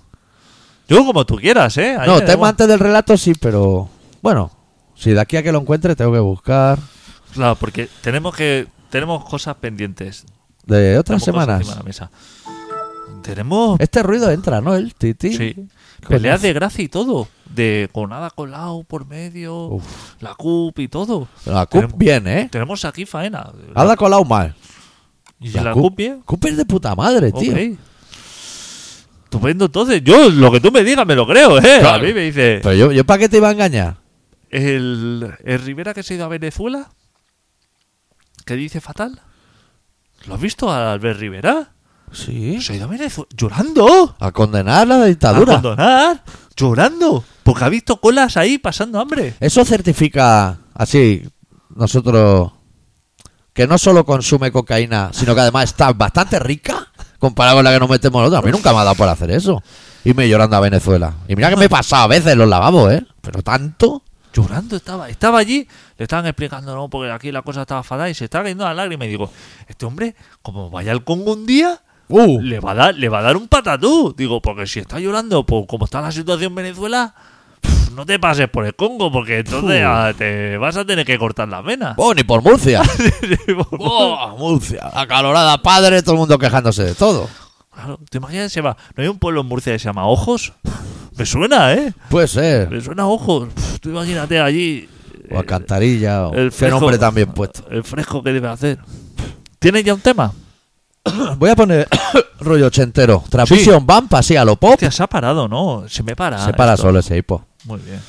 Speaker 2: Yo como tú quieras, ¿eh? Ahí
Speaker 1: No,
Speaker 2: me da
Speaker 1: tema
Speaker 2: igual.
Speaker 1: antes del relato sí, pero bueno, si de aquí a que lo encuentre tengo que buscar
Speaker 2: Claro, porque tenemos que tenemos cosas pendientes.
Speaker 1: de otras
Speaker 2: Tenemos cosas encima de
Speaker 1: semanas.
Speaker 2: la mesa. Tenemos
Speaker 1: Este ruido entra, ¿no? El titi.
Speaker 2: Sí.
Speaker 1: Con-
Speaker 2: Peleas de gracia y todo. De con nada colado por medio.
Speaker 1: Uf.
Speaker 2: La CUP y todo.
Speaker 1: La CUP
Speaker 2: Tenemos-
Speaker 1: bien, ¿eh?
Speaker 2: Tenemos aquí faena.
Speaker 1: Habla colado mal.
Speaker 2: y
Speaker 1: la
Speaker 2: la
Speaker 1: CUP.
Speaker 2: CUP bien.
Speaker 1: CUP es de puta madre, tío.
Speaker 2: Ok. Estupendo, entonces. Yo, lo que tú me digas, me lo creo, ¿eh? A
Speaker 1: Claro.
Speaker 2: mí me dice.
Speaker 1: Pero yo, yo ¿para qué te iba a engañar?
Speaker 2: El, el Rivera que se ha ido a Venezuela. Que dice fatal. ¿Lo has visto a Albert Rivera?
Speaker 1: Sí.
Speaker 2: Se ha ido a Venezuela. ¡Llorando!
Speaker 1: A condenar la
Speaker 2: ¡A
Speaker 1: dictadura.
Speaker 2: condonar! ¡Llorando! Porque ha visto colas ahí pasando hambre.
Speaker 1: Eso certifica así nosotros que no solo consume cocaína, sino que además está bastante rica comparado con la que nos metemos nosotros. A mí nunca me ha dado por hacer eso. Irme llorando a Venezuela. Y mira que me he pasado a veces en los lavabos, ¿eh? Pero tanto.
Speaker 2: Llorando estaba, estaba allí, le estaban explicando, no, porque aquí la cosa estaba fatal y se estaba cayendo la lágrima. Y digo, este hombre, como vaya al Congo un día,
Speaker 1: Uh,
Speaker 2: le va a dar, le va a dar un patatú. Digo, porque si está llorando, pues como está la situación en Venezuela, pf, no te pases por el Congo, porque entonces
Speaker 1: Uf.
Speaker 2: ah, te vas a tener que cortar las venas.
Speaker 1: oh, ni por Murcia.
Speaker 2: (laughs) Digo,
Speaker 1: Oh, (laughs) Murcia. Acalorada padre, todo el mundo quejándose de todo.
Speaker 2: claro, ¿Te imaginas? Se va. ¿No hay un pueblo en Murcia que se llama Ojos? Me suena, ¿eh?
Speaker 1: Puede ser.
Speaker 2: Me suena a Ojos. Pf, Tú imagínate allí.
Speaker 1: O alcantarilla. O...
Speaker 2: el
Speaker 1: Qué
Speaker 2: fresco-
Speaker 1: nombre tan bien puesto.
Speaker 2: El fresco que debe hacer. ¿Tienes ya un tema?
Speaker 1: (coughs) Voy a poner (coughs) rollo ochentero. Transmission Bump, así a lo pop.
Speaker 2: Hostia, se ha parado, ¿no? Se me para.
Speaker 1: Se para
Speaker 2: esto.
Speaker 1: solo ese hipo.
Speaker 2: Muy bien.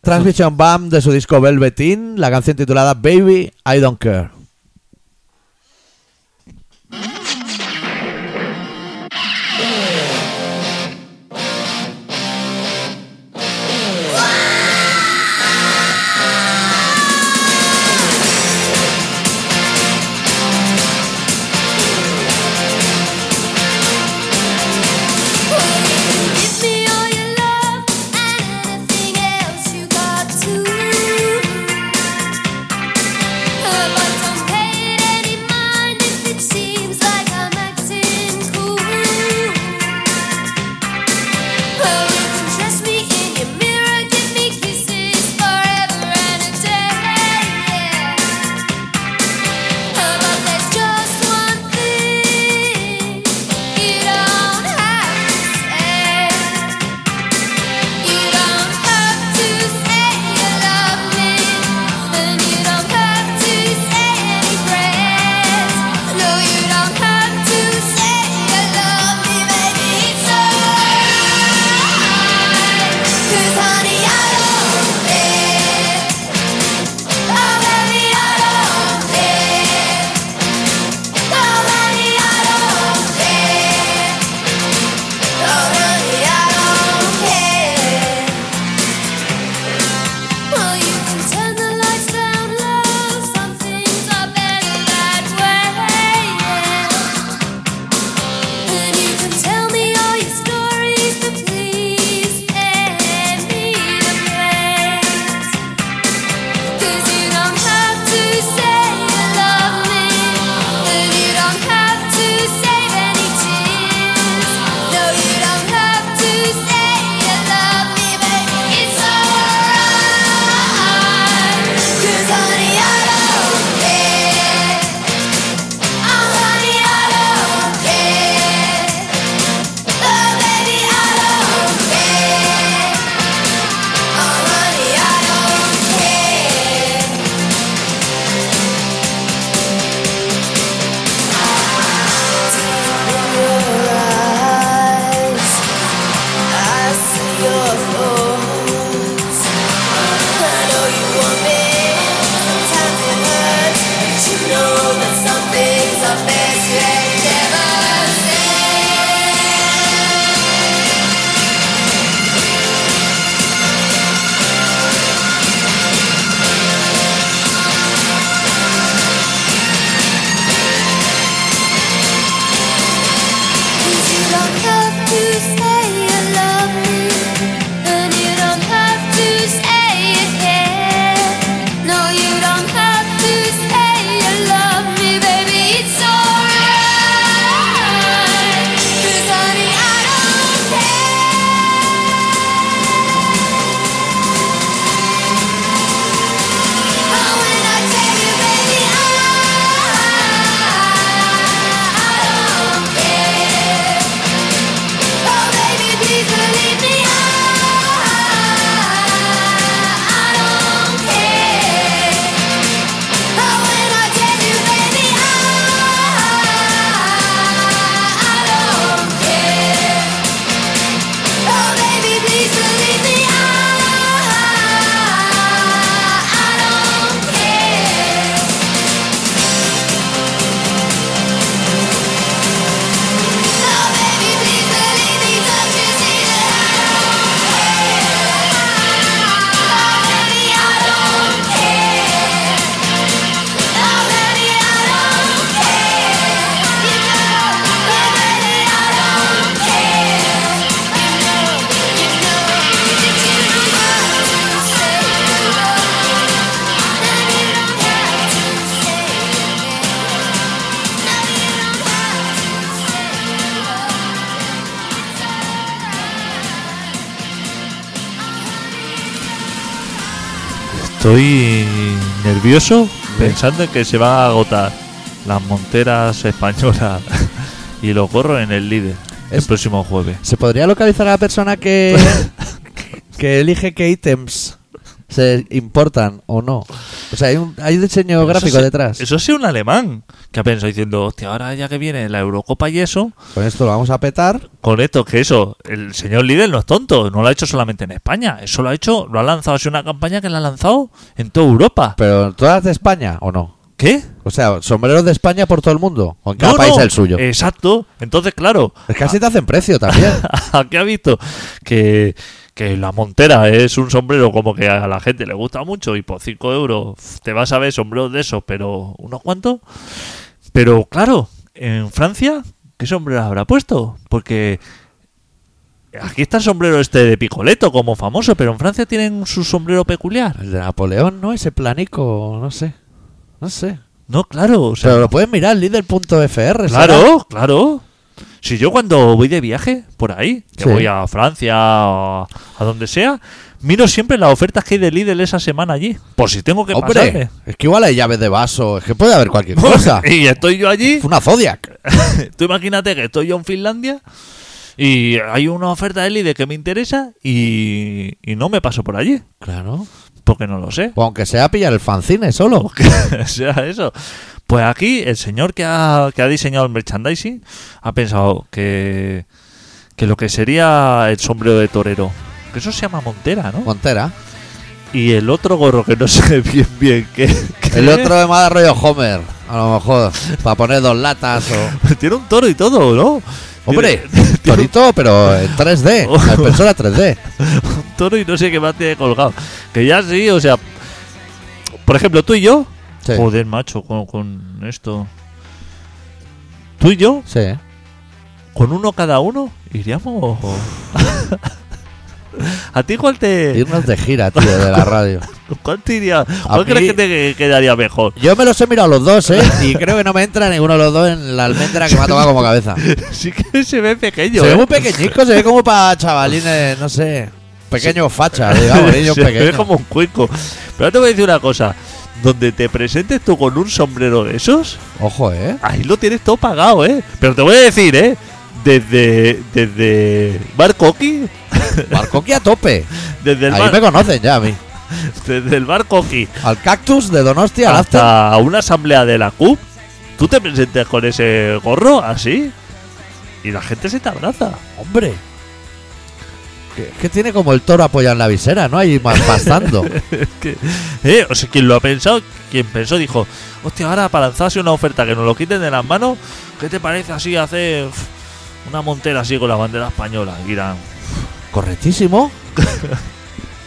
Speaker 1: Transmission Bam de su disco Velveteen, la canción titulada Baby I Don't Care.
Speaker 4: Give me all your love and anything else you got too. But don't
Speaker 2: Estoy nervioso pensando en que se van a agotar las monteras españolas (laughs) y los gorros en el líder el
Speaker 1: Es-
Speaker 2: próximo jueves.
Speaker 1: ¿Se podría localizar a la persona (laughs) que, que elige qué ítems se importan o no? O sea, hay un, hay un diseño gráfico
Speaker 2: Eso sí-
Speaker 1: detrás.
Speaker 2: Eso sí, un alemán que ha pensado diciendo, hostia, ahora ya que viene la Eurocopa y eso,
Speaker 1: Con esto lo vamos a petar.
Speaker 2: con esto, que eso, el señor líder no es tonto, no lo ha hecho solamente en España, eso lo ha hecho, lo ha lanzado, es una campaña que la ha lanzado en toda Europa.
Speaker 1: Pero todas de España o no.
Speaker 2: ¿Qué?
Speaker 1: O sea, sombreros de España por todo el mundo. O en cada
Speaker 2: No, Eh,
Speaker 1: país
Speaker 2: no,
Speaker 1: el suyo.
Speaker 2: Exacto. Entonces, claro,
Speaker 1: es que así te hacen precio
Speaker 2: (laughs)
Speaker 1: también.
Speaker 2: aquí ha visto que, que la montera es un sombrero como que a la gente le gusta mucho y por 5 euros te vas a ver sombreros de esos, pero unos cuantos. Pero claro, en Francia, ¿qué sombrero habrá puesto? Porque aquí está el sombrero este de picoleto como famoso, pero en Francia tienen su sombrero peculiar.
Speaker 1: El de Napoleón, ¿no? Ese planico, no sé. No sé.
Speaker 2: No, claro, o sea,
Speaker 1: Pero lo puedes mirar, líder.fr. (laughs) ¿será?
Speaker 2: Claro, claro. Si yo cuando voy de viaje por ahí, que
Speaker 1: Sí.
Speaker 2: voy a Francia o a donde sea, miro siempre las ofertas que hay de Lidl esa semana allí. Por si tengo que
Speaker 1: Hombre,
Speaker 2: pasarme.
Speaker 1: es que igual hay llaves de vaso. Es que puede haber cualquier cosa.
Speaker 2: (laughs) Y estoy yo allí.
Speaker 1: Es una Zodiac.
Speaker 2: Tú imagínate que estoy yo en Finlandia y hay una oferta de Lidl que me interesa y, y no me paso por allí.
Speaker 1: Claro.
Speaker 2: Porque no lo sé.
Speaker 1: O aunque sea pillar el fanzine solo.
Speaker 2: o Pues (laughs) sea, eso. Pues aquí el señor que ha, que ha diseñado el merchandising ha pensado que, que lo que sería el sombrero de torero, que eso se llama montera, ¿no?
Speaker 1: Montera.
Speaker 2: Y el otro gorro que no (laughs) sé bien bien qué... qué
Speaker 1: El
Speaker 2: es,
Speaker 1: otro de más rollo Homer. A lo mejor. Para poner dos latas o.
Speaker 2: Tiene un toro y todo, ¿no? (laughs)
Speaker 1: Hombre,
Speaker 2: Tiene- tiene
Speaker 1: torito, pero en 3D.
Speaker 2: Oh.
Speaker 1: La impresora 3D.
Speaker 2: un toro y no sé qué más tiene colgado. Que ya sí, o sea... Por ejemplo, tú y yo...
Speaker 1: Sí.
Speaker 2: Joder, macho, con, con esto... Tú y yo,
Speaker 1: Sí. ¿eh?
Speaker 2: con uno cada uno, iríamos... (laughs) ¿A ti cuál te,
Speaker 1: Irnos de gira, tío, de la
Speaker 2: (laughs)
Speaker 1: radio.
Speaker 2: cuál te iría? ¿Cuál
Speaker 1: mí-
Speaker 2: crees que te quedaría mejor? (laughs)
Speaker 1: Yo me los he mirado los dos, ¿eh? Y creo que no me entra ninguno de los dos en la almendra que me ha tomado como cabeza.
Speaker 2: sí que se ve pequeño.
Speaker 1: se ve
Speaker 2: ¿eh? (laughs)
Speaker 1: muy pequeñico, se ve como para chavalines, no sé. Pequeños fachas,
Speaker 2: (laughs)
Speaker 1: digamos, niños
Speaker 2: se ve
Speaker 1: pequeños.
Speaker 2: como un cuenco. Pero ahora te voy a decir una cosa. Donde te presentes tú con un sombrero de esos,
Speaker 1: Ojo, ¿eh?
Speaker 2: ahí lo tienes todo pagado, ¿eh? Pero te voy a decir, ¿eh? Desde, desde Bar Coqui,
Speaker 1: Barcoqui a tope.
Speaker 2: desde el
Speaker 1: Ahí
Speaker 2: bar,
Speaker 1: me conocen ya a mí.
Speaker 2: desde el bar Coqui
Speaker 1: Al cactus de Donostia, al after.
Speaker 2: hasta una asamblea de la CUP, tú te presentes con ese gorro así y la gente se te abraza.
Speaker 1: Hombre. Que, que tiene como el toro apoyado en la visera, ¿no? Ahí más
Speaker 2: (laughs)
Speaker 1: pasando.
Speaker 2: ¿Eh? O sea, quien lo ha pensado, quien pensó dijo, hostia, ahora para lanzarse una oferta que nos lo quiten de las manos, ¿qué te parece así hacer uf, una montera así con la bandera española? Y dirán,
Speaker 1: Correctísimo.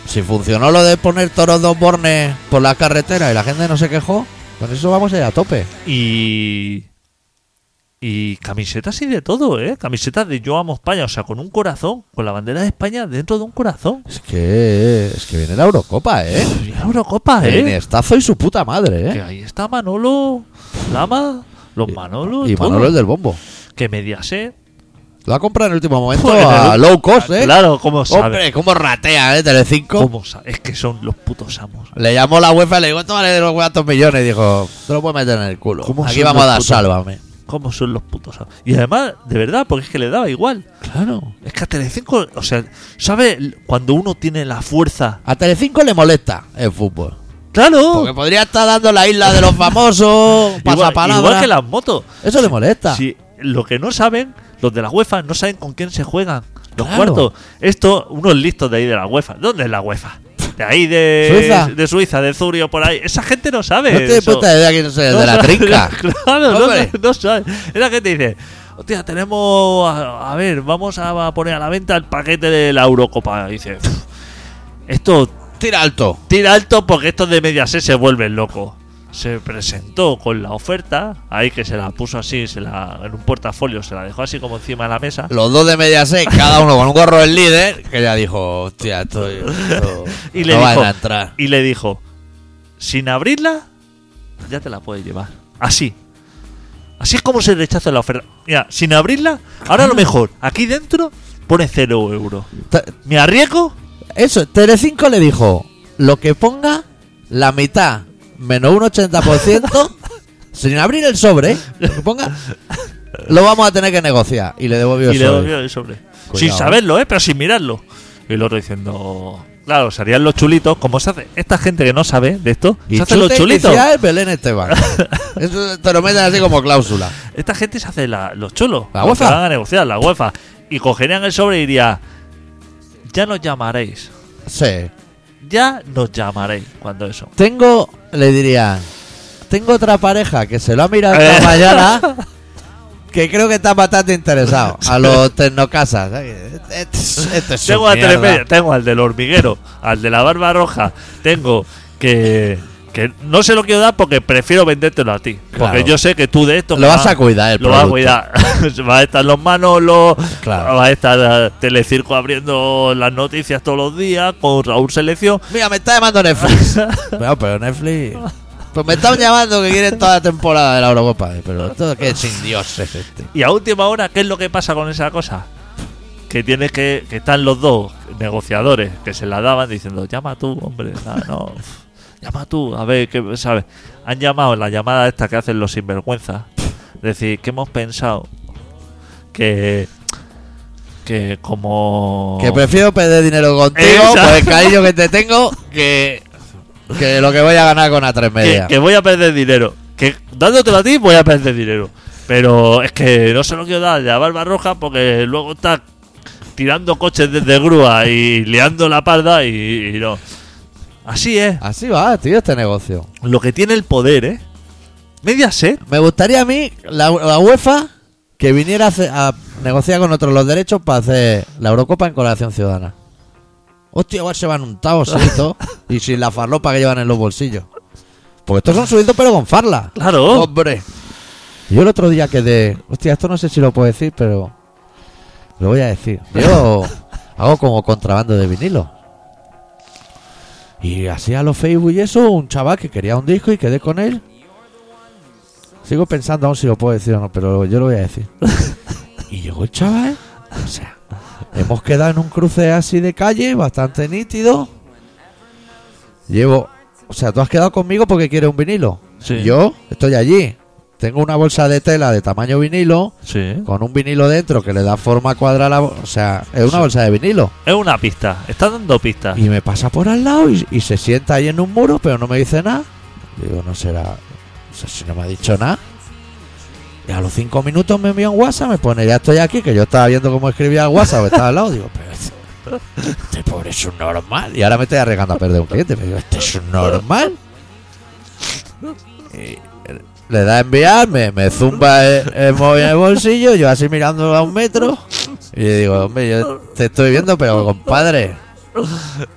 Speaker 1: Si funcionó lo de poner toros dos bornes por la carretera y la gente no se quejó, con eso vamos a ir a tope.
Speaker 2: Y. Y camisetas y de todo, ¿eh? Camisetas de Yo Amo España, o sea, con un corazón, con la bandera de España dentro de un corazón.
Speaker 1: Es que, es que viene la Eurocopa, ¿eh?
Speaker 2: Y la Eurocopa,
Speaker 1: El
Speaker 2: ¿eh?
Speaker 1: Iniestazo y su puta madre,
Speaker 2: Que
Speaker 1: ¿eh?
Speaker 2: ahí está Manolo, Lama, los Manolos,
Speaker 1: y
Speaker 2: todo.
Speaker 1: Manolo el del bombo.
Speaker 2: que Mediaset.
Speaker 1: Lo ha comprado en el último momento
Speaker 2: Joder,
Speaker 1: a
Speaker 2: el-
Speaker 1: low cost, ¿eh?
Speaker 2: Claro, ¿cómo sabe?
Speaker 1: Hombre, cómo ratea, ¿eh? Telecinco.
Speaker 2: ¿Cómo sabe? Es que son los putos amos.
Speaker 1: Le llamó la UEFA y le dijo, tómale los cuantos millones. Y dijo, te lo puedes meter en el culo.
Speaker 2: ¿Cómo
Speaker 1: Aquí
Speaker 2: son
Speaker 1: vamos a
Speaker 2: los
Speaker 1: dar
Speaker 2: putos?
Speaker 1: sálvame.
Speaker 2: ¿Cómo son los putos amos? Y además, de verdad, porque es que le daba igual.
Speaker 1: Claro.
Speaker 2: Es que a Telecinco, o sea, ¿sabe cuando uno tiene la fuerza?
Speaker 1: A Telecinco le molesta el fútbol.
Speaker 2: ¡Claro!
Speaker 1: Porque podría estar dando la isla de los famosos,
Speaker 2: Uh. (laughs) Igual,
Speaker 1: pasapalabra.
Speaker 2: igual que las motos.
Speaker 1: Eso le molesta.
Speaker 2: Si lo que no saben, los de la UEFA no saben con quién se juegan. Los
Speaker 1: Claro.
Speaker 2: cuartos. Esto, unos listos de ahí de la UEFA. ¿Dónde es la UEFA? De ahí de
Speaker 1: Suiza.
Speaker 2: de, Suiza, de Zurio, por ahí. Esa gente no
Speaker 1: no
Speaker 2: sabe.
Speaker 1: tiene
Speaker 2: eso.
Speaker 1: puta idea quién es el
Speaker 2: No
Speaker 1: de la
Speaker 2: sabe.
Speaker 1: trinca.
Speaker 2: (laughs) claro, no,
Speaker 1: Hombre.
Speaker 2: no sabe. Es la gente dice. Hostia, tenemos. A, a ver, vamos a poner a la venta el paquete de la Eurocopa. Y dice. "Pff, Esto
Speaker 1: Tira alto.
Speaker 2: Tira alto porque estos de Mediaset se vuelven locos. Se presentó con la oferta, ahí que se la puso así, se la, en un portafolio, se la dejó así como encima de la mesa.
Speaker 1: Los dos de Mediaset, cada uno con un gorro del líder, que ya dijo, hostia, esto, esto
Speaker 2: Y
Speaker 1: no
Speaker 2: le,
Speaker 1: van
Speaker 2: dijo,
Speaker 1: a entrar.
Speaker 2: y le dijo, sin abrirla, ya te la puedes llevar. Así. Así es como se rechaza la oferta. Mira, sin abrirla, ahora a
Speaker 1: Ah.
Speaker 2: lo mejor, aquí dentro pone cero euro.
Speaker 1: Te-
Speaker 2: ¿Me arriesgo?
Speaker 1: Eso, Telecinco le dijo, lo que ponga, la mitad, menos un 80%, (laughs) sin abrir el sobre, ¿eh? Lo que ponga, lo vamos a tener que negociar. Y le devolvió
Speaker 2: y
Speaker 1: el
Speaker 2: le
Speaker 1: sobre.
Speaker 2: doy el sobre.
Speaker 1: Cuidado.
Speaker 2: Sin saberlo, ¿eh? Pero sin mirarlo. Y el otro diciendo. Claro, serían los chulitos, como se hace esta gente que no sabe de esto,
Speaker 1: Y
Speaker 2: se hacen los
Speaker 1: chute
Speaker 2: chulitos.
Speaker 1: inicial, Belén (laughs) Esteban. Eso te lo meten así como cláusula.
Speaker 2: Esta gente se hace la- los chulos.
Speaker 1: La
Speaker 2: los
Speaker 1: UEFA.
Speaker 2: que Van a negociar, la UEFA. Y cogerían el sobre y diría, ya nos llamaréis.
Speaker 1: Sí.
Speaker 2: Ya nos llamaréis cuando eso.
Speaker 1: Tengo, le dirían, tengo otra pareja que se lo ha mirado esta
Speaker 2: Eh. (laughs)
Speaker 1: mañana que creo que está bastante interesado a
Speaker 2: (laughs)
Speaker 1: los tecnocasas. Este, este- este es su
Speaker 2: Tengo al,
Speaker 1: mierda.
Speaker 2: telemedia, tengo al del hormiguero, al de la barba roja, tengo que... Que no se lo quiero dar porque prefiero vendértelo a ti.
Speaker 1: Claro.
Speaker 2: Porque yo sé que tú de esto.
Speaker 1: Lo
Speaker 2: me
Speaker 1: vas a cuidar, el
Speaker 2: Lo vas a
Speaker 1: producto.
Speaker 2: cuidar. (laughs) va a estar los Manolos.
Speaker 1: Claro.
Speaker 2: Va a estar eh, Telecirco abriendo las noticias todos los días con Raúl Selección.
Speaker 1: Mira, me está llamando
Speaker 2: (laughs)
Speaker 1: Netflix. Bueno, pero Netflix. Pues me están llamando que quieren toda la temporada de la Eurocopa. eh, Pero esto que sin Dios es este.
Speaker 2: Y a última hora, ¿qué es lo que pasa con esa cosa? Que tienes que. que están los dos negociadores que se la daban diciendo, llama tú, hombre, nada, no. (laughs) Llama tú, a ver, ¿qué sabes? Han llamado en la llamada esta que hacen los sinvergüenzas. Decir, que hemos pensado? Que. Que como.
Speaker 1: Que prefiero perder dinero contigo
Speaker 2: Exacto.
Speaker 1: por el cariño que te tengo que, que lo que voy a ganar con A3
Speaker 2: que,
Speaker 1: Media.
Speaker 2: que voy a perder dinero. Que dándotelo a ti voy a perder dinero. Pero es que no se lo quiero dar de la barba roja porque luego está tirando coches desde grúa y liando la parda y, y no. Así es.
Speaker 1: Así va, tío, este negocio.
Speaker 2: Lo que tiene el poder, ¿eh? Media set.
Speaker 1: Me gustaría a mí, la, la UEFA, que viniera a, hacer- a negociar con nosotros los derechos para hacer la Eurocopa en colaboración ciudadana. Hostia, igual se van untados, sí, todo, y sin la farlopa que llevan en los bolsillos. Porque estos son sueldos pero con farla.
Speaker 2: Claro.
Speaker 1: Hombre. Yo el otro día quedé. Hostia, esto no sé si lo puedo decir, pero. Lo voy a decir. Yo hago como contrabando de vinilo. Y así a los Facebook y eso, un chaval que quería un disco y quedé con él. Sigo pensando aún si lo puedo decir o no, pero yo lo voy a decir. y llegó el chaval. O sea, hemos quedado en un cruce así de calle, bastante nítido. Llevo. O sea, tú has quedado conmigo porque quieres un vinilo.
Speaker 2: Sí.
Speaker 1: Yo estoy allí. Tengo una bolsa de tela de tamaño vinilo,
Speaker 2: Sí.
Speaker 1: con un vinilo dentro que le da forma cuadrada. a la bo- O sea, es una bolsa de vinilo.
Speaker 2: Es una pista. Está dando pistas.
Speaker 1: Y me pasa por al lado y, y se sienta ahí en un muro, pero no me dice nada. Digo, no será. No sé si no me ha dicho nada. Y a los cinco minutos me envía un WhatsApp, me pone, ya estoy aquí, que yo estaba viendo cómo escribía el WhatsApp, estaba al lado. Digo, pero este, este pobre es un normal. Y ahora me estoy arriesgando a perder un cliente. Me digo, este es un normal. Y le da a enviar, me, me zumba el, el móvil en el bolsillo, yo así mirando a un metro. Y le digo, hombre, yo te estoy viendo, pero compadre,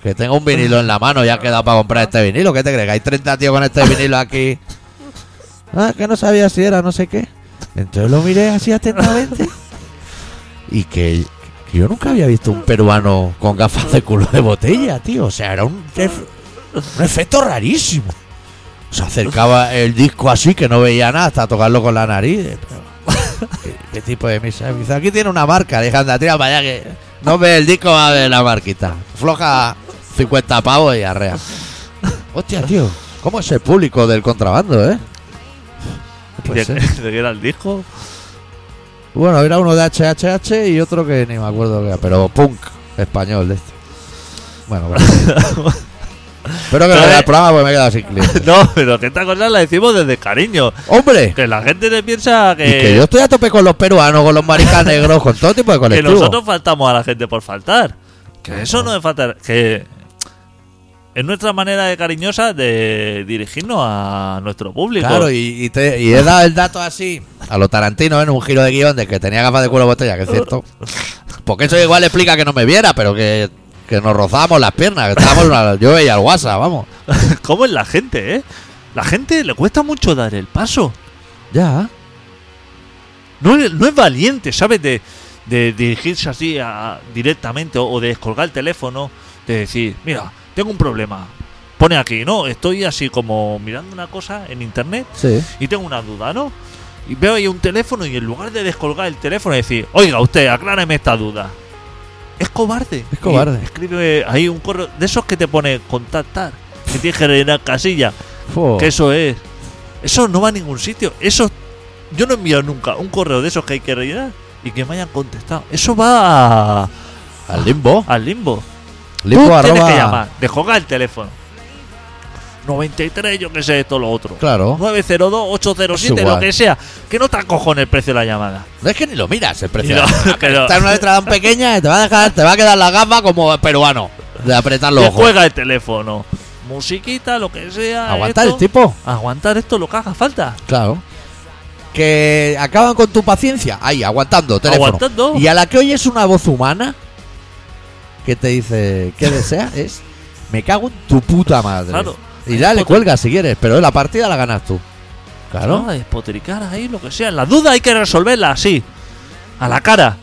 Speaker 1: que tengo un vinilo en la mano, ya ha quedado para comprar este vinilo. ¿Qué te crees? que hay 30 tíos con este vinilo aquí. Ah, que no sabía si era, no sé qué. Entonces lo miré así atentamente. Y que, que yo nunca había visto un peruano con gafas de culo de botella, tío. O sea, era un, ef- un efecto rarísimo. Se acercaba el disco así que no veía nada hasta tocarlo con la nariz. Eh, pero, ¿Qué, qué tipo de misa? Dice, Aquí tiene una marca, Alejandra, tira para allá que no ve el disco, va a ver la marquita. Floja 50 pavos y arrea. Hostia, tío, ¿cómo es el público del contrabando, eh? Pues, eh.
Speaker 2: ¿De, de qué era el disco? (laughs)
Speaker 1: Bueno, era uno de HHH y otro que ni me acuerdo que era, pero punk español de este. Bueno,
Speaker 2: (laughs)
Speaker 1: bueno. Espero que no vea el programa porque me he quedado sin
Speaker 2: (laughs)
Speaker 1: cliente.
Speaker 2: no, pero que esta cosa la decimos desde cariño.
Speaker 1: ¡Hombre!
Speaker 2: Que la gente le piensa que.
Speaker 1: Y que yo estoy a tope con los peruanos, con los maricas negros, con todo tipo de
Speaker 2: (laughs) que
Speaker 1: colectivos.
Speaker 2: nosotros faltamos a la gente por faltar. Que eso no es faltar. Que es nuestra manera de cariñosa de dirigirnos a nuestro público. (laughs)
Speaker 1: Claro, y, y te- y he dado el dato así a los tarantinos en un giro de guión de que tenía gafas de culo de botella, que es
Speaker 2: (laughs)
Speaker 1: cierto. Porque eso igual explica que no me viera, pero que, que nos rozábamos las piernas, que estábamos en una- yo veía el WhatsApp, vamos.
Speaker 2: ¿Cómo es la gente, eh? La gente le cuesta mucho dar el paso.
Speaker 1: Ya.
Speaker 2: No, es- no es valiente, ¿sabes? De, de dirigirse así a- directamente o, o de descolgar el teléfono, de decir, mira, tengo un problema. Pone aquí, ¿no? Estoy así como mirando una cosa en internet
Speaker 1: Sí.
Speaker 2: y tengo una duda, ¿no? Y veo ahí un teléfono y en lugar de descolgar el teléfono y decir, oiga usted, acláreme esta duda. Es cobarde.
Speaker 1: Es cobarde.
Speaker 2: Y escribe ahí un correo de esos que te pone contactar. que tienes que rellenar casilla.
Speaker 1: Fo.
Speaker 2: Que eso es. Eso no va a ningún sitio. Eso. Yo no he enviado nunca un correo de esos que hay que rellenar y que me hayan contestado. Eso va a-
Speaker 1: Al limbo.
Speaker 2: al limbo.
Speaker 1: Limbo
Speaker 2: Tú tienes
Speaker 1: arroba-
Speaker 2: que llamar, descolgar el teléfono. 93, yo que sé, esto, lo otro.
Speaker 1: Claro.
Speaker 2: 902, 807,
Speaker 1: Es igual.
Speaker 2: lo que sea. Que no te acojones el precio de la llamada.
Speaker 1: No es que ni lo miras el
Speaker 2: Y
Speaker 1: precio. (laughs)
Speaker 2: no, (laughs) que no.
Speaker 1: Está en una letra tan pequeña que te va a dejar, te va a quedar la gamba como peruano. De apretar los
Speaker 2: Te
Speaker 1: ojos.
Speaker 2: juega el teléfono. Musiquita, lo que sea.
Speaker 1: Aguantar el
Speaker 2: esto.
Speaker 1: tipo.
Speaker 2: Aguantar esto lo que haga falta.
Speaker 1: Claro. Que acaban con tu paciencia. Ahí, aguantando, teléfono.
Speaker 2: Aguantando.
Speaker 1: Y a la que oyes una voz humana que te dice,
Speaker 2: (laughs)
Speaker 1: ¿qué desea? Es, me cago en tu puta madre.
Speaker 2: Claro.
Speaker 1: Y ya le cuelgas si quieres, pero la partida la ganas tú. Claro.
Speaker 2: No, a despotricar ahí, lo que sea. Las dudas hay que resolverlas así. A la cara.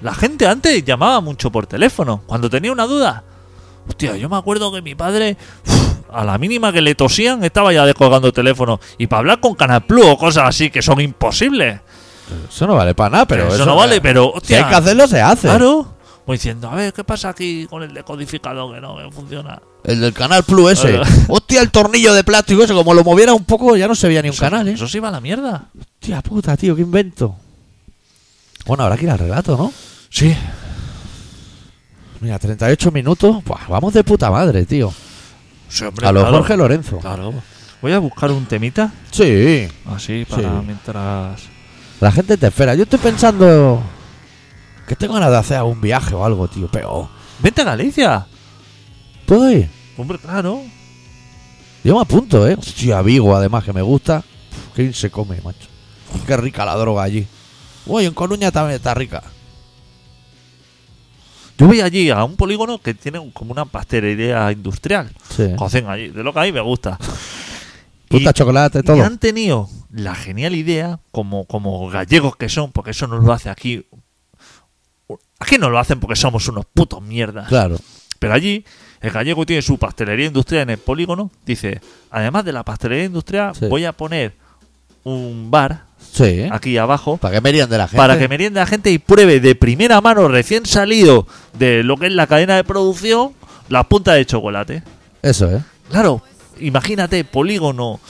Speaker 2: La gente antes llamaba mucho por teléfono. Cuando tenía una duda. Hostia, yo me acuerdo que mi padre. uf, a la mínima que le tosían estaba ya descolgando el teléfono. Y para hablar con Canal Plus o cosas así que son imposibles.
Speaker 1: Eso no vale para nada, pero
Speaker 2: eso, no vale, pero.
Speaker 1: Si
Speaker 2: Hostia, Ah,
Speaker 1: hay que hacerlo, se hace.
Speaker 2: Claro. Voy diciendo, a ver, ¿qué pasa aquí con el decodificador que no que funciona?
Speaker 1: El del canal Plus ese.
Speaker 2: Claro.
Speaker 1: (laughs) Hostia, el tornillo de plástico ese. Como lo moviera un poco, ya no se veía ni un canal, ¿eh?
Speaker 2: Eso sí va a la mierda.
Speaker 1: Hostia puta, tío, qué invento. Bueno, habrá que ir al relato, ¿no?
Speaker 2: Sí.
Speaker 1: Mira, 38 minutos. Buah, vamos de puta madre, tío.
Speaker 2: hombre,
Speaker 1: A lo
Speaker 2: claro.
Speaker 1: Jorge Lorenzo.
Speaker 2: Claro. Voy a buscar un temita.
Speaker 1: Sí.
Speaker 2: Así,
Speaker 1: para
Speaker 2: para mientras.
Speaker 1: La gente te espera. Yo estoy pensando que tengo ganas de hacer algún viaje o algo, tío. Pero
Speaker 2: ¡Vente a Galicia!
Speaker 1: puedo ir.
Speaker 2: Hombre, claro.
Speaker 1: Yo me apunto, ¿eh? Hostia, Vigo, además, que me gusta. Uf, qué bien se come, macho. Qué rica la droga allí. Uy, en Coruña también está rica.
Speaker 2: Yo voy allí a un polígono que tiene como una pastelería industrial.
Speaker 1: Sí. Pues
Speaker 2: Cocen allí, de lo que a mí me gusta.
Speaker 1: Puta chocolate,
Speaker 2: Y
Speaker 1: todo.
Speaker 2: han tenido la genial idea, como, como gallegos que son, porque eso no lo hace aquí. Aquí no lo hacen porque somos unos putos mierdas.
Speaker 1: Claro.
Speaker 2: Pero allí, el gallego tiene su pastelería industrial en el polígono. Dice, además de la pastelería industrial,
Speaker 1: Sí.
Speaker 2: voy a poner un bar
Speaker 1: Sí, ¿eh?
Speaker 2: aquí abajo
Speaker 1: Para que meriende la gente.
Speaker 2: para que merienda la gente y pruebe de primera mano, recién salido de lo que es la cadena de producción, las puntas de chocolate.
Speaker 1: Eso, ¿eh?
Speaker 2: Claro, imagínate, polígono,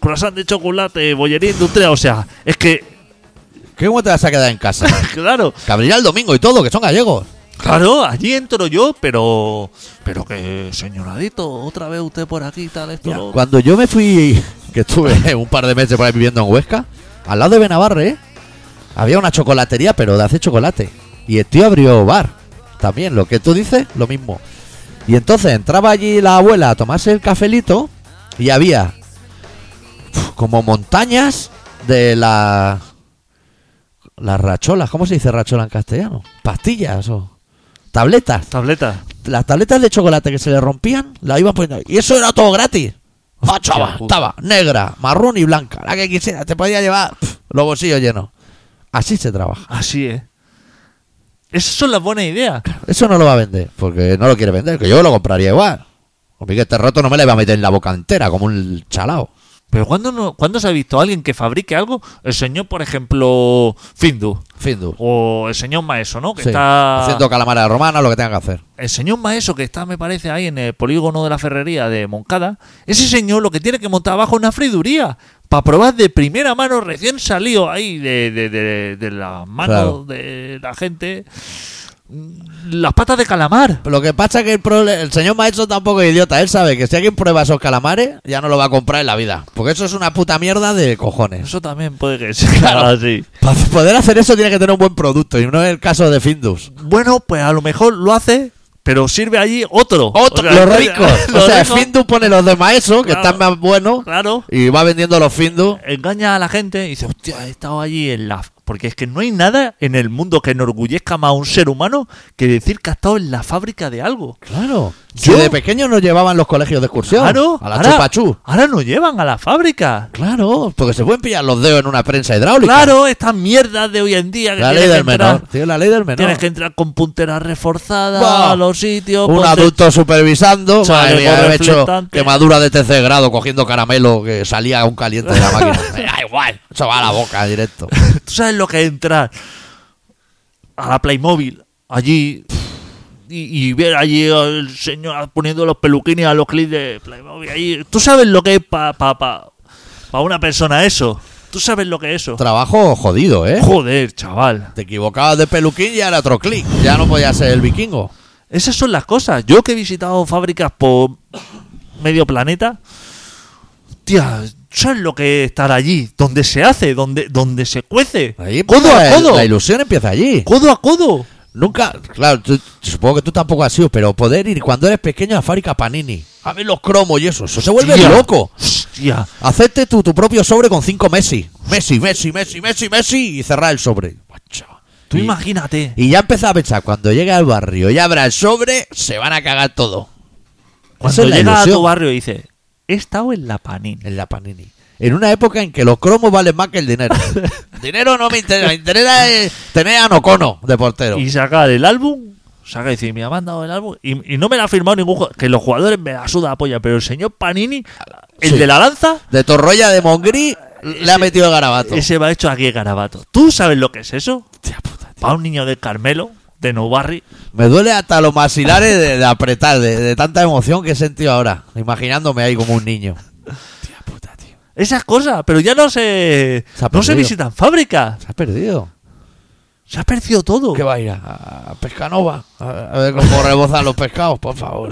Speaker 2: croissant de chocolate, bollería industrial. O sea, es que,
Speaker 1: ¿Qué cómo te vas a quedar en casa? (laughs)
Speaker 2: claro,
Speaker 1: que abrirá el domingo y todo, que son gallegos.
Speaker 2: Claro, allí entro yo, pero. Pero que, señoradito, otra vez usted por aquí, tal, esto. lo-
Speaker 1: Cuando yo me fui, que estuve (laughs) un par de meses por ahí viviendo en Huesca, al lado de Benavarre, ¿eh? había una chocolatería, pero de hacer chocolate. Y el tío abrió bar. También, lo que tú dices, lo mismo. Y entonces entraba allí la abuela a tomarse el cafelito y había uf, como montañas de la... Las racholas, ¿cómo se dice rachola en castellano? Pastillas o tabletas
Speaker 2: Tableta.
Speaker 1: las tabletas de chocolate que se le rompían, las iban poniendo. Y eso era todo gratis. Ah, chaval,
Speaker 2: puta.
Speaker 1: estaba negra, marrón y blanca. La que quisiera, te podía llevar pf, los bolsillos llenos. Así se trabaja.
Speaker 2: Así es. Esas son las buenas ideas.
Speaker 1: Eso no lo va a vender, porque no lo quiere vender, que yo lo compraría igual. Porque este roto no me le iba a meter en la boca entera, como un chalao.
Speaker 2: Pero ¿cuándo, no, ¿cuándo se ha visto a alguien que fabrique algo? El señor, por ejemplo, Findu.
Speaker 1: Findu.
Speaker 2: O el señor Maeso, ¿no? Que
Speaker 1: Sí,
Speaker 2: está.
Speaker 1: Haciendo calamara romana, lo que tenga que hacer.
Speaker 2: El señor Maeso, que está, me parece, ahí en el polígono de la ferrería de Moncada. Ese señor lo que tiene que montar abajo es una friduría. Para probar de primera mano, recién salido ahí de, de, de, de las manos
Speaker 1: Claro.
Speaker 2: de la gente. mm, Las patas de calamar.
Speaker 1: Pero Lo que pasa es que el, prole- el señor maestro tampoco es idiota. Él sabe que si alguien prueba esos calamares, ya no lo va a comprar en la vida. Porque eso es una puta mierda de cojones.
Speaker 2: Eso también puede que sea
Speaker 1: Claro.
Speaker 2: así.
Speaker 1: Para poder hacer eso tiene que tener un buen producto y no es el caso de Findus.
Speaker 2: Bueno, pues a lo mejor lo hace, pero sirve allí otro. O (laughs) sea,
Speaker 1: los ricos.
Speaker 2: los
Speaker 1: o sea,
Speaker 2: ricos,
Speaker 1: Findus pone los de Maeso, que
Speaker 2: Claro.
Speaker 1: están más buenos,
Speaker 2: Claro.
Speaker 1: y va vendiendo los Findus.
Speaker 2: engaña a la gente y dice, hostia, he estado allí en la... Porque es que no hay nada en el mundo que enorgullezca más a un ser humano que decir que ha estado en la fábrica de algo.
Speaker 1: Claro. Si
Speaker 2: Yo-
Speaker 1: de pequeños nos llevaban los colegios de excursión.
Speaker 2: Claro,
Speaker 1: A la
Speaker 2: ahora-
Speaker 1: chupachú.
Speaker 2: Ahora nos llevan a la fábrica.
Speaker 1: Claro, porque se pueden pillar los dedos en una prensa hidráulica.
Speaker 2: Claro, estas mierdas de hoy en día que,
Speaker 1: La ley
Speaker 2: tienes,
Speaker 1: del
Speaker 2: que entrar,
Speaker 1: menor. Tío, la ley del menor.
Speaker 2: tienes que entrar con punteras reforzadas
Speaker 1: Buah.
Speaker 2: a los sitios.
Speaker 1: Un
Speaker 2: ponte-
Speaker 1: adulto supervisando. Madre
Speaker 2: Chaleco
Speaker 1: mía, he hecho
Speaker 2: reflectante.
Speaker 1: quemadura de tercer grado cogiendo caramelo que salía un caliente de la
Speaker 2: (laughs)
Speaker 1: máquina. Me da igual. Eso va a la boca directo.
Speaker 2: ¿Tú sabes lo que es entrar a la Playmobil allí y, y ver allí al señor poniendo los peluquines a los clips de Playboy ahí. ¿Tú sabes lo que es para pa, pa, pa una persona eso? ¿Tú sabes lo que es eso?
Speaker 1: Trabajo jodido, ¿eh?
Speaker 2: Joder, chaval.
Speaker 1: Te equivocabas de peluquín y era otro clic. Ya no podía ser el vikingo.
Speaker 2: Esas son las cosas. Yo que he visitado fábricas por medio planeta, tía, ¿sabes lo que es estar allí? Donde se hace, donde, donde se cuece.
Speaker 1: Ahí
Speaker 2: codo a
Speaker 1: empieza el-
Speaker 2: codo.
Speaker 1: La ilusión empieza allí.
Speaker 2: Codo a codo.
Speaker 1: Nunca, claro, tú- supongo que tú tampoco has sido, pero poder ir cuando eres pequeño a fábrica Panini. A ver los cromos y eso. Eso se vuelve
Speaker 2: Tía.
Speaker 1: loco.
Speaker 2: Hostia.
Speaker 1: Hacerte tu, tu propio sobre con cinco Messi. Messi, Messi, Messi, Messi, Messi. Y cerrar el sobre. Macho.
Speaker 2: Tú
Speaker 1: Y-
Speaker 2: imagínate.
Speaker 1: Y ya empezaba a pensar, cuando llegue al barrio y abra el sobre, se van a cagar todo. Esa
Speaker 2: Cuando
Speaker 1: es la
Speaker 2: llegas a
Speaker 1: ilusión.
Speaker 2: tu barrio y dices, he estado en la panina.
Speaker 1: En la Panini. En una época en que los cromos valen más que el (laughs) dinero. dinero no me interesa. Me interesa eh, tener a Nocono de portero.
Speaker 2: Y sacar el álbum. Saca y dice, me ha mandado el álbum. Y, y no me la ha firmado ningún jugador. Que los jugadores me la suda la polla. Pero el señor Panini, el
Speaker 1: Sí.
Speaker 2: de la lanza,
Speaker 1: De Torroya de Mongrí le ha
Speaker 2: Ese-
Speaker 1: metido el garabato.
Speaker 2: ese va hecho aquí de garabato. ¿Tú sabes lo que es eso?
Speaker 1: Hostia puta, tío.
Speaker 2: Para un niño de Carmelo, de Nou Barri.
Speaker 1: Me duele hasta los maxilares de, de apretar, de, de tanta emoción que he sentido ahora, imaginándome ahí como un niño. Tía puta, tío.
Speaker 2: Esas cosas. Pero ya no se.
Speaker 1: Se ha
Speaker 2: no se
Speaker 1: perdido.
Speaker 2: visitan fábricas.
Speaker 1: Se ha perdido.
Speaker 2: Se ha perdido todo.
Speaker 1: ¿Qué va a ir? A, a Pescanova. A, a ver cómo rebozan los pescados, por favor.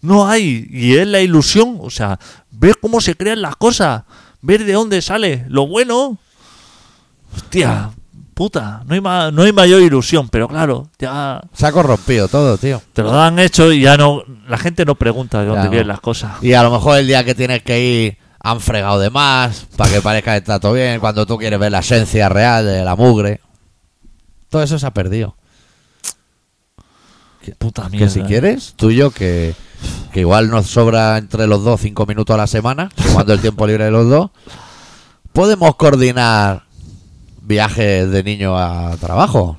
Speaker 2: No hay. Y es la ilusión. O sea, ver cómo se crean las cosas. Ver de dónde sale. Lo bueno. Hostia, puta. No hay, ma- no hay mayor ilusión. Pero claro, ya
Speaker 1: Se ha corrompido todo, tío.
Speaker 2: te lo dan hecho y ya no. La gente no pregunta de dónde
Speaker 1: no.
Speaker 2: vienen las cosas.
Speaker 1: Y a lo mejor el día que tienes que ir han fregado de más para que parezca que está todo bien, cuando tú quieres ver la esencia real de la mugre. Todo eso se ha perdido.
Speaker 2: Puta mierda.
Speaker 1: Que si quieres, tú y yo, que, que igual nos sobra entre los dos cinco minutos a la semana, (laughs) sumando el tiempo libre de los dos, podemos coordinar viajes de niño a trabajo.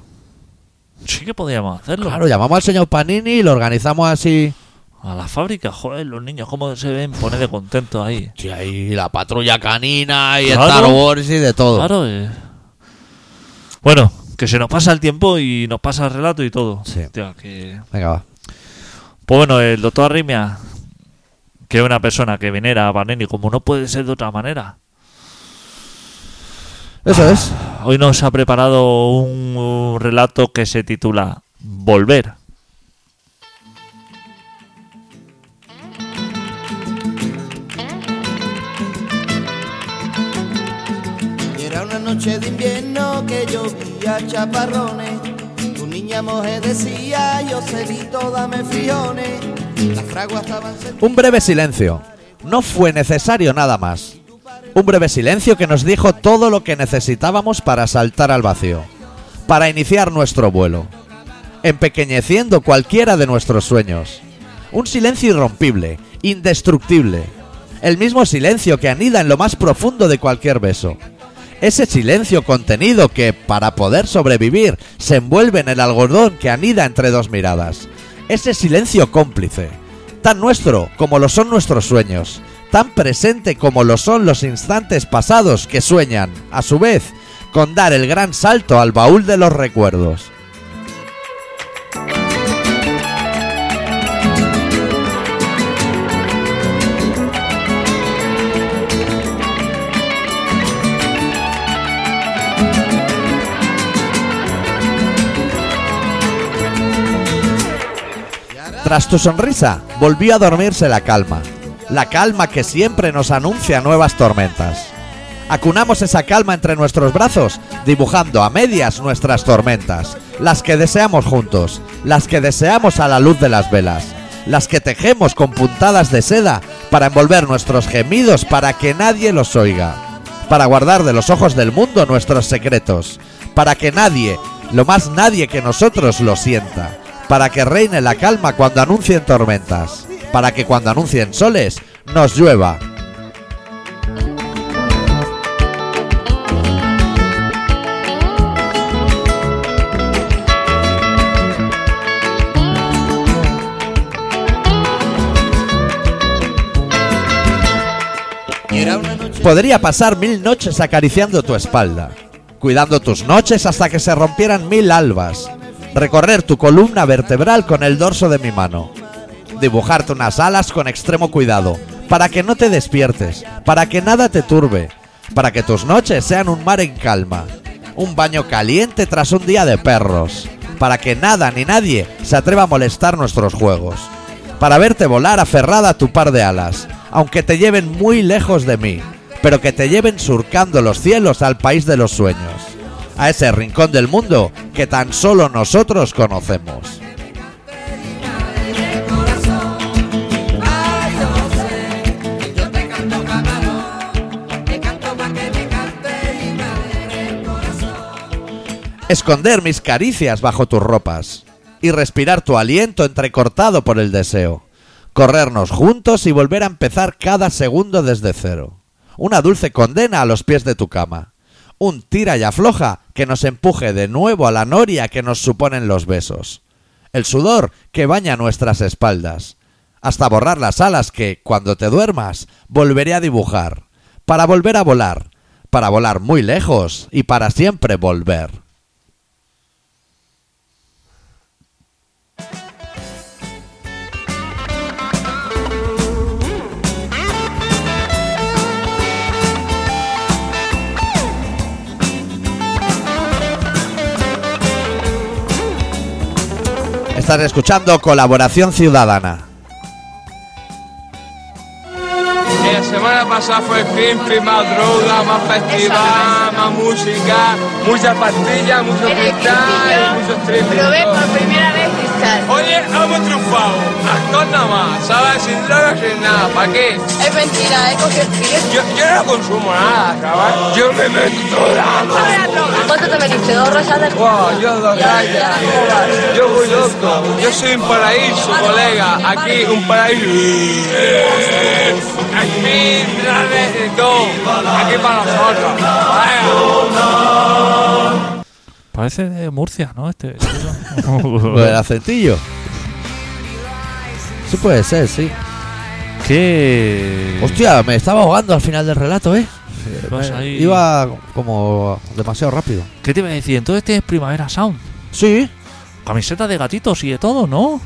Speaker 2: Sí que podríamos hacerlo.
Speaker 1: Claro, llamamos al señor Panini y lo organizamos así.
Speaker 2: A la fábrica, joder, los niños, cómo se ven poner de contento ahí.
Speaker 1: Sí, ahí la patrulla canina y
Speaker 2: Claro.
Speaker 1: Star Wars y de todo.
Speaker 2: Claro, eh. Bueno, que se nos pasa el tiempo y nos pasa el relato y todo.
Speaker 1: Sí.
Speaker 2: Hostia, que-
Speaker 1: Venga, va.
Speaker 2: Pues bueno, el doctor Arrimia, que es una persona que venera a Vanelli como no puede ser de otra manera,
Speaker 1: Eso es.
Speaker 2: hoy nos ha preparado un, un relato que se titula Volver.
Speaker 5: Y era una noche de invierno que llovía chaparrones. Tu niña moje decía, yo celito, dame friones. Las fraguas estaban sentadas.
Speaker 1: Un breve silencio. No fue necesario nada más. Un breve silencio que nos dijo todo lo que necesitábamos para saltar al vacío, para iniciar nuestro vuelo, empequeñeciendo cualquiera de nuestros sueños. Un silencio irrompible, indestructible. El mismo silencio que anida en lo más profundo de cualquier beso. Ese silencio contenido que, para poder sobrevivir, se envuelve en el algodón que anida entre dos miradas. Ese silencio cómplice, tan nuestro como lo son nuestros sueños, tan presente como lo son los instantes pasados que sueñan, a su vez, con dar el gran salto al baúl de los recuerdos. Tras tu sonrisa, volvió a dormirse la calma. La calma que siempre nos anuncia nuevas tormentas. Acunamos esa calma entre nuestros brazos, dibujando a medias nuestras tormentas, las que deseamos juntos, las que deseamos a la luz de las velas, las que tejemos con puntadas de seda para envolver nuestros gemidos para que nadie los oiga, para guardar de los ojos del mundo nuestros secretos, para que nadie, lo más nadie que nosotros lo sienta, para que reine la calma cuando anuncien tormentas, para que cuando anuncien soles nos llueva,
Speaker 5: Y era una noche
Speaker 1: Podría pasar mil noches acariciando tu espalda, cuidando tus noches hasta que se rompieran mil albas, Recorrer tu columna vertebral con el dorso de mi mano. Dibujarte unas alas con extremo cuidado, para que no te despiertes, para que nada te turbe, para que tus noches sean un mar en calma, un baño caliente tras un día de perros, para que nada ni nadie se atreva a molestar nuestros juegos, para verte volar aferrada a tu par de alas, aunque te lleven muy lejos de mí, pero que te lleven surcando los cielos al país de los sueños, a ese rincón del mundo que tan solo nosotros conocemos.
Speaker 6: Ay, yo sé, yo te canto camarón, te canto pa' que te cante y me alegre el corazón.
Speaker 1: esconder mis caricias bajo tus ropas y respirar tu aliento entrecortado por el deseo, corrernos juntos y volver a empezar cada segundo desde cero. Una dulce condena a los pies de tu cama, un tira y afloja que nos empuje de nuevo a la noria que nos suponen los besos, el sudor que baña nuestras espaldas, hasta borrar las alas que, cuando te duermas, volveré a dibujar, para volver a volar, para volar muy lejos y para siempre volver. Estás escuchando Colaboración Ciudadana.
Speaker 3: Que La semana pasada fue crimpy, más droga, más festival, más música, muchas pastillas, mucho
Speaker 7: En el
Speaker 3: cristal,
Speaker 7: principio,
Speaker 3: muchos triples.
Speaker 7: probé por primera vez cristal.
Speaker 3: Oye, hemos triunfado, las cosas nada más, ¿sabes? Sin drogas, sin nada, ¿para qué?
Speaker 7: Es mentira, he cogido el frío.
Speaker 3: Yo, yo no consumo nada, chaval. Yo me meto toda.
Speaker 7: ¿Cuánto te metiste? ¿Dos rosas de
Speaker 3: Wow, yo dos rayas. Yo voy loco. Yo soy un paraíso, colega. Aquí un paraíso. Aquí trae de todo. Aquí para nosotros. colega.
Speaker 2: Parece de Murcia, ¿no? Este.
Speaker 1: Lo (laughs) del acentillo. Sí puede ser, sí.
Speaker 2: ¿Qué?
Speaker 1: Hostia, me estaba ahogando al final del relato, ¿eh?
Speaker 2: Vas pues ahí.
Speaker 1: Iba como demasiado rápido.
Speaker 2: ¿Qué te iba a decir? Entonces tienes Primavera Sound.
Speaker 1: Sí.
Speaker 2: Camiseta de gatitos y de todo, ¿no?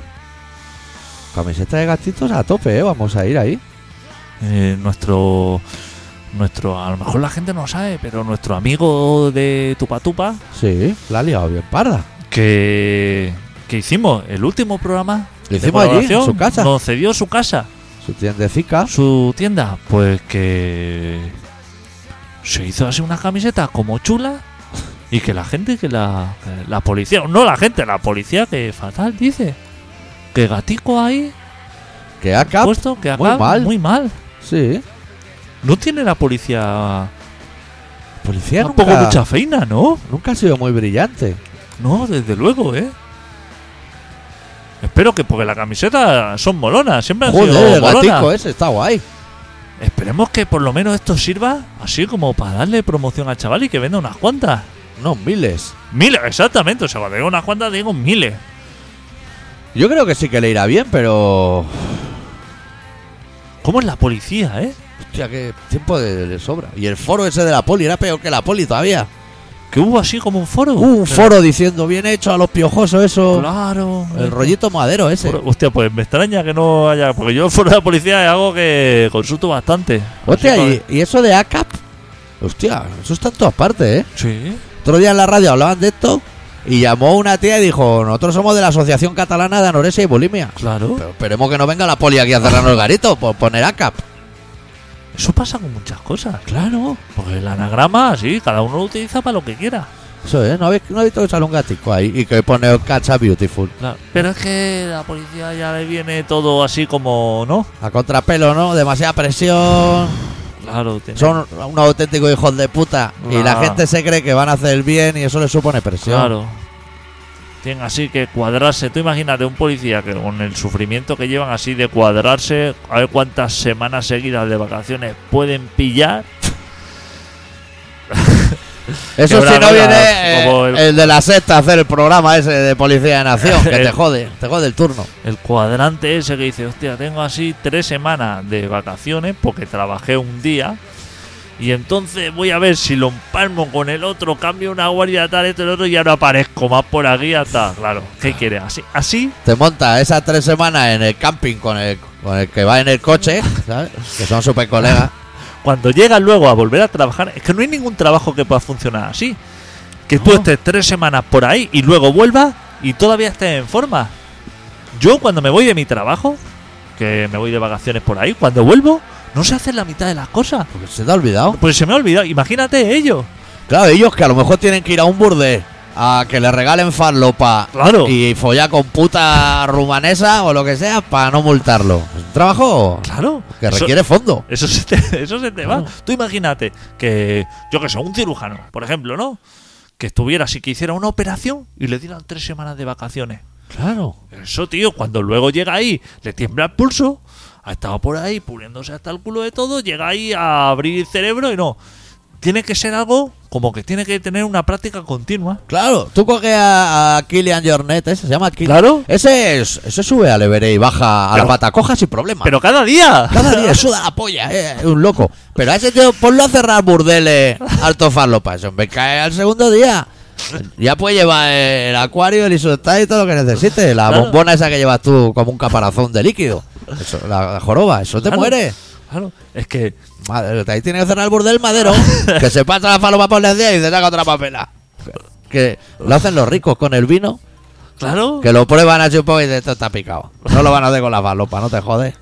Speaker 1: Camiseta de gatitos a tope, ¿eh? Vamos a ir ahí.
Speaker 2: Eh, nuestro. Nuestro. A lo mejor la gente no sabe, pero nuestro amigo de Tupa Tupa.
Speaker 1: Sí, la ha liado bien parda.
Speaker 2: Que. Que hicimos el último programa.
Speaker 1: Lo
Speaker 2: de
Speaker 1: hicimos allí, en
Speaker 2: colaboración,
Speaker 1: su casa.
Speaker 2: Nos cedió su casa.
Speaker 1: Su tiendecica.
Speaker 2: su tienda? Pues que se hizo así una camiseta como chula y que la gente, que la, que la policía, no la gente, la policía que fatal dice que gatico ahí
Speaker 1: Que acá.
Speaker 2: puesto que
Speaker 1: muy
Speaker 2: acá
Speaker 1: mal.
Speaker 2: muy mal.
Speaker 1: Sí.
Speaker 2: No tiene la policía
Speaker 1: Policía
Speaker 2: tampoco mucha
Speaker 1: nunca,
Speaker 2: feina, ¿no?
Speaker 1: nunca ha sido muy brillante.
Speaker 2: No, desde luego, ¿eh? Espero que porque la camiseta son molonas, siempre han sido
Speaker 1: Joder, el
Speaker 2: molonas.
Speaker 1: gatico ¿eh? ese está guay.
Speaker 2: Esperemos que por lo menos esto sirva así como para darle promoción al chaval y que venda unas cuantas.
Speaker 1: No, miles.
Speaker 2: Miles, exactamente. O sea, cuando digo unas cuantas, digo miles.
Speaker 1: Yo creo que sí que le irá bien, pero.
Speaker 2: ¿Cómo es la policía, eh?
Speaker 1: Hostia, qué tiempo de, de sobra. Y el foro ese de la poli era peor que la poli todavía.
Speaker 2: Que hubo así como un foro.
Speaker 1: Hubo Uh, un
Speaker 2: Pero-
Speaker 1: foro diciendo bien hecho a los piojosos, eso.
Speaker 2: Claro.
Speaker 1: El rollito madero ese.
Speaker 2: Foro- Hostia, pues me extraña que no haya. Porque yo el foro de la policía es algo que consulto bastante.
Speaker 1: Hostia,
Speaker 2: Así
Speaker 1: y,
Speaker 2: para-
Speaker 1: y eso de ACAP. Hostia, eso está en todas partes, ¿eh?
Speaker 2: Sí.
Speaker 1: Otro día en la radio hablaban de esto y llamó una tía y dijo: Nosotros somos de la Asociación Catalana de Anorexia y Bulimia.
Speaker 2: Claro.
Speaker 1: Pero esperemos que no venga la poli aquí a cerrarnos el garito por poner ACAP.
Speaker 2: Eso pasa con muchas cosas. Claro. Porque el anagrama, sí, cada uno lo utiliza para lo que quiera.
Speaker 1: Eso, ¿eh? No habéis, no habéis visto que sale un gatico ahí y que pone Cacha Beautiful.
Speaker 2: Claro. Pero es que la policía ya le viene todo así como. ¿No?
Speaker 1: A contrapelo, ¿no? Demasiada presión.
Speaker 2: Claro. tiene-
Speaker 1: Son un auténtico hijos de puta. Y la
Speaker 2: Ah.
Speaker 1: gente se cree que van a hacer el bien y eso les supone presión.
Speaker 2: Claro. Tienen así que cuadrarse. Tú imagínate un policía que con el sufrimiento que llevan así de cuadrarse, a ver cuántas semanas seguidas de vacaciones pueden pillar.
Speaker 1: Eso
Speaker 2: Que
Speaker 1: si
Speaker 2: habrá
Speaker 1: no
Speaker 2: velas,
Speaker 1: viene eh,
Speaker 2: como
Speaker 1: el...
Speaker 2: el-
Speaker 1: de la sexta a hacer el programa ese de Policía de Nación,
Speaker 2: (laughs)
Speaker 1: que te jode, te jode el turno.
Speaker 2: El cuadrante ese que dice, hostia, tengo así tres semanas de vacaciones porque trabajé un día. Y entonces voy a ver si lo empalmo con el otro, cambio una guardia tal, esto, el otro, y ahora aparezco más por aquí hasta. Claro, ¿qué quieres? Así, así,
Speaker 1: Te montas esas tres semanas en el camping con el, con el que va en el coche, ¿sabes? Que son súper colegas.
Speaker 2: cuando llegas luego a volver a trabajar, es que no hay ningún trabajo que pueda funcionar así. Que tú
Speaker 1: No.
Speaker 2: estés tres semanas por ahí y luego vuelvas y todavía estés en forma. Yo cuando me voy de mi trabajo, que me voy de vacaciones por ahí, cuando vuelvo, no sé hacer la mitad de las cosas.
Speaker 1: Porque se te ha olvidado.
Speaker 2: Pues se me ha olvidado, imagínate ello.
Speaker 1: Claro, ellos que a lo mejor tienen que ir a un burdel a que le regalen farlopa
Speaker 2: Claro.
Speaker 1: y follar con puta rumanesa o lo que sea para no multarlo. Es un trabajo
Speaker 2: Claro.
Speaker 1: que
Speaker 2: Eso-
Speaker 1: requiere fondo.
Speaker 2: Eso se te, (laughs) eso se te va.
Speaker 1: Claro.
Speaker 2: Tú imagínate que, yo que sé, un cirujano, por ejemplo, ¿no? Que estuviera así, que hiciera una operación y le dieran tres semanas de vacaciones.
Speaker 1: Claro.
Speaker 2: Eso, tío, cuando luego llega ahí, le tiembla el pulso, ha estado por ahí puliéndose hasta el culo de todo, llega ahí a abrir el cerebro y no. Tiene que ser algo como que tiene que tener una práctica continua.
Speaker 1: Claro, tú coges a, a Kilian Jornet, ese se llama Kilian.
Speaker 2: Claro.
Speaker 1: Ese, es, ese sube al Everest y baja a
Speaker 2: Claro.
Speaker 1: las batacojas sin problema.
Speaker 2: Pero cada día.
Speaker 1: Cada día suda la polla, eh, es un loco. Pero a ese tío, ponlo a cerrar burdeles, (laughs) alto farlopa. Eso me cae al segundo día. Ya puede llevar el acuario, el isotal y todo lo que necesite. La
Speaker 2: Claro.
Speaker 1: bombona esa que llevas tú como un caparazón de líquido. Eso, la, la joroba, eso te
Speaker 2: Claro.
Speaker 1: muere.
Speaker 2: Claro, es que
Speaker 1: Madre, ahí tiene que cerrar el burdel
Speaker 2: (laughs)
Speaker 1: madero. que se pasa la falopa por las 10 y se saca otra papela. Que lo hacen los ricos con el vino.
Speaker 2: Claro.
Speaker 1: Que lo prueban a poco y de esto está picado. No lo van a hacer con la falopa, no te jodes.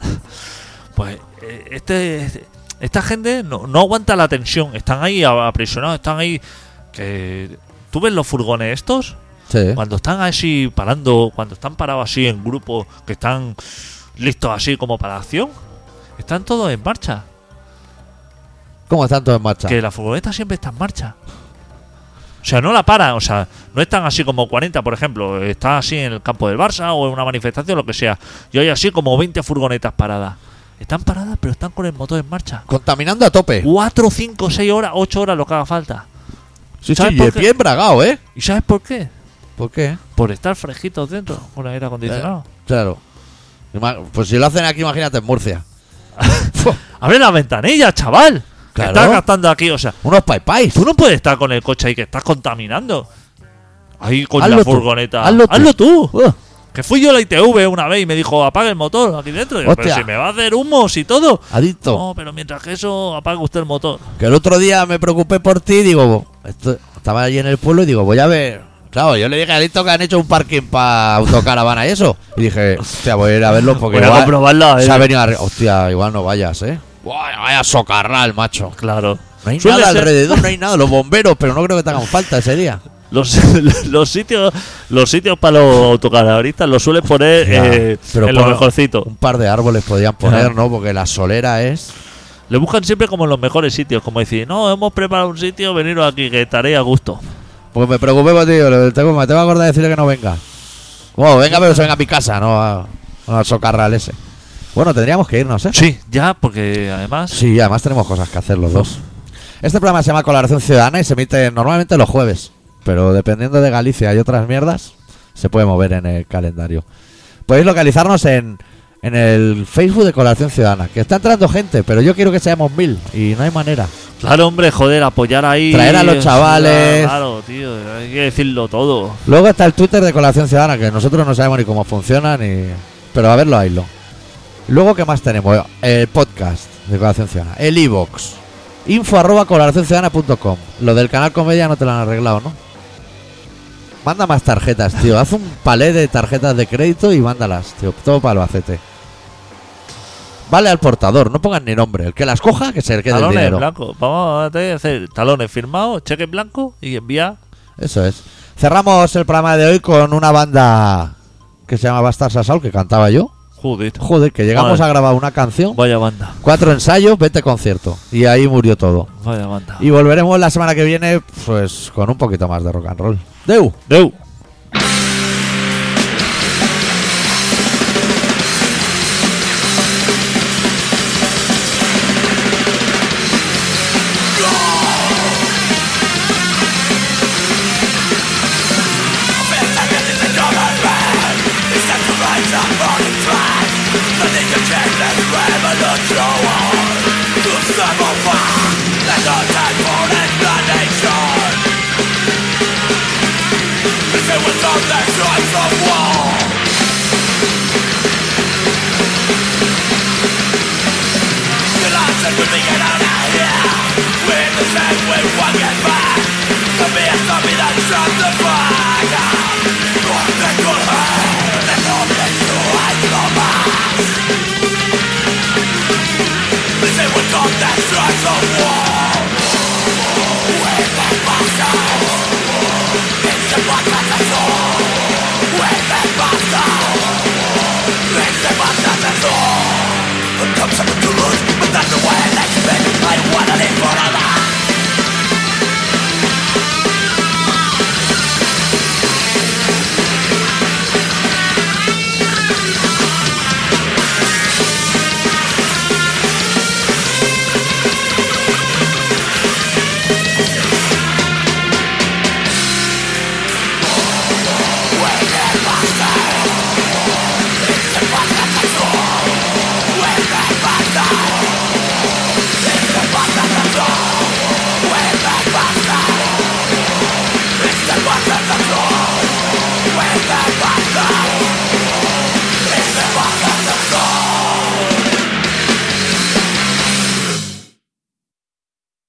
Speaker 2: Pues eh, este, este- esta gente no, no aguanta la tensión. Están ahí a- aprisionados, están ahí. Que, ¿Tú ves los furgones estos?
Speaker 1: Sí.
Speaker 2: Cuando están así parando, cuando están parados así en grupo, que están listos así como para la acción, están todos en marcha.
Speaker 1: ¿Cómo están todos en marcha?
Speaker 2: Que la furgoneta siempre está en marcha. O sea, no la paran, o sea, no están así como 40, por ejemplo, están así en el campo del Barça o en una manifestación, lo que sea. Y hay así como 20 furgonetas paradas. Están paradas, pero están con el motor en marcha.
Speaker 1: Contaminando a tope.
Speaker 2: 4, 5, 6 horas, 8 horas, lo que haga falta.
Speaker 1: Sí, sí,
Speaker 2: ¿Sabes
Speaker 1: y
Speaker 2: por
Speaker 1: el
Speaker 2: qué?
Speaker 1: pie embragado, ¿eh?
Speaker 2: ¿Y sabes por qué?
Speaker 1: ¿Por qué?
Speaker 2: Por estar fresquitos dentro, con el aire acondicionado.
Speaker 1: Claro. Ima- Pues si lo hacen aquí, imagínate en Murcia.
Speaker 2: Abre la ventanilla, chaval. Que
Speaker 1: Claro.
Speaker 2: estás gastando aquí, o sea,
Speaker 1: Unos paipais.
Speaker 2: tú no puedes estar con el coche ahí que estás contaminando. Ahí con
Speaker 1: Hazlo
Speaker 2: la
Speaker 1: tú,
Speaker 2: furgoneta.
Speaker 1: hazlo tú.
Speaker 2: tú.
Speaker 1: Uh,
Speaker 2: Que fui yo a la ITV una vez y me dijo, apaga el motor aquí dentro. Y yo, pero
Speaker 1: Hostia.
Speaker 2: si me va a hacer humos y todo.
Speaker 1: adicto.
Speaker 2: No, pero mientras que eso, apaga usted el motor.
Speaker 1: Que el otro día me preocupé por ti y digo, bo, esto- estaba allí en el pueblo y digo, voy a ver. Claro, yo le dije a Adicto que han hecho un parking para autocaravana y eso. Y dije, hostia, voy a ir a verlo porque
Speaker 2: Voy a
Speaker 1: igual
Speaker 2: comprobarlo, a ver.
Speaker 1: se ha venido arriba. Hostia, igual no vayas, ¿eh? Buah, vaya socarral, macho.
Speaker 2: Claro.
Speaker 1: No hay
Speaker 2: Suele
Speaker 1: nada
Speaker 2: ser-
Speaker 1: alrededor, no hay nada. Los bomberos, pero no creo que te hagan falta ese día.
Speaker 2: Los, los, (laughs) sitios los sitios para los autocaravanistas los suelen poner
Speaker 1: Ya,
Speaker 2: eh,
Speaker 1: pero
Speaker 2: en lo
Speaker 1: pon-
Speaker 2: mejorcito.
Speaker 1: Un par de árboles podían poner, ¿no? Porque la solera es...
Speaker 2: Le buscan siempre como en los mejores sitios, como decir, no, hemos preparado un sitio, veniros aquí, que estaréis a gusto.
Speaker 1: Pues me preocupé por ti, le tengo- me tengo que acordar de decirle que no venga. Bueno, venga, pero se venga a mi casa, no a- no al socarral ese. Bueno, tendríamos que irnos, ¿eh?
Speaker 2: Sí, ya, porque además...
Speaker 1: Sí, además tenemos cosas que hacer los dos. Este programa se llama Colaboración Ciudadana y se emite normalmente los jueves, pero dependiendo de Galicia y otras mierdas, se puede mover en el calendario. Podéis localizarnos en, en el Facebook de Colaboración Ciudadana, que está entrando gente, pero yo quiero que seamos mil y no hay manera.
Speaker 2: Claro, hombre, joder, apoyar ahí...
Speaker 1: Traer a los chavales.
Speaker 2: Claro, tío, hay que decirlo todo.
Speaker 1: Luego está el Twitter de Colaboración Ciudadana, que nosotros no sabemos ni cómo funciona, ni... pero a verlo, haylo. Luego, ¿qué más tenemos? El podcast de Colaboración Ciudadana, el iVox, info arroba colaboracionciudadana.com. Lo del canal Comedia no te lo han arreglado, ¿no? Manda más tarjetas, tío. Haz un palé de tarjetas de crédito y mándalas, tío. Todo para Albacete. Vale al portador, no pongan ni nombre. El que las coja, que se le quede el
Speaker 2: Talones
Speaker 1: dinero.
Speaker 2: blancos. Vamos a tener que hacer talones firmados, cheque en blanco y enviar...
Speaker 1: Eso es. Cerramos el programa de hoy con una banda que se llama Bastar Sasal, que cantaba yo.
Speaker 2: Joder,
Speaker 1: Joder, que llegamos
Speaker 2: Madre.
Speaker 1: a grabar una canción,
Speaker 2: vaya banda,
Speaker 1: cuatro ensayos, 20 conciertos. Y ahí murió todo.
Speaker 2: vaya banda.
Speaker 1: Y volveremos la semana que viene, pues con un poquito más de rock and roll. ¡Deu!
Speaker 2: Deu.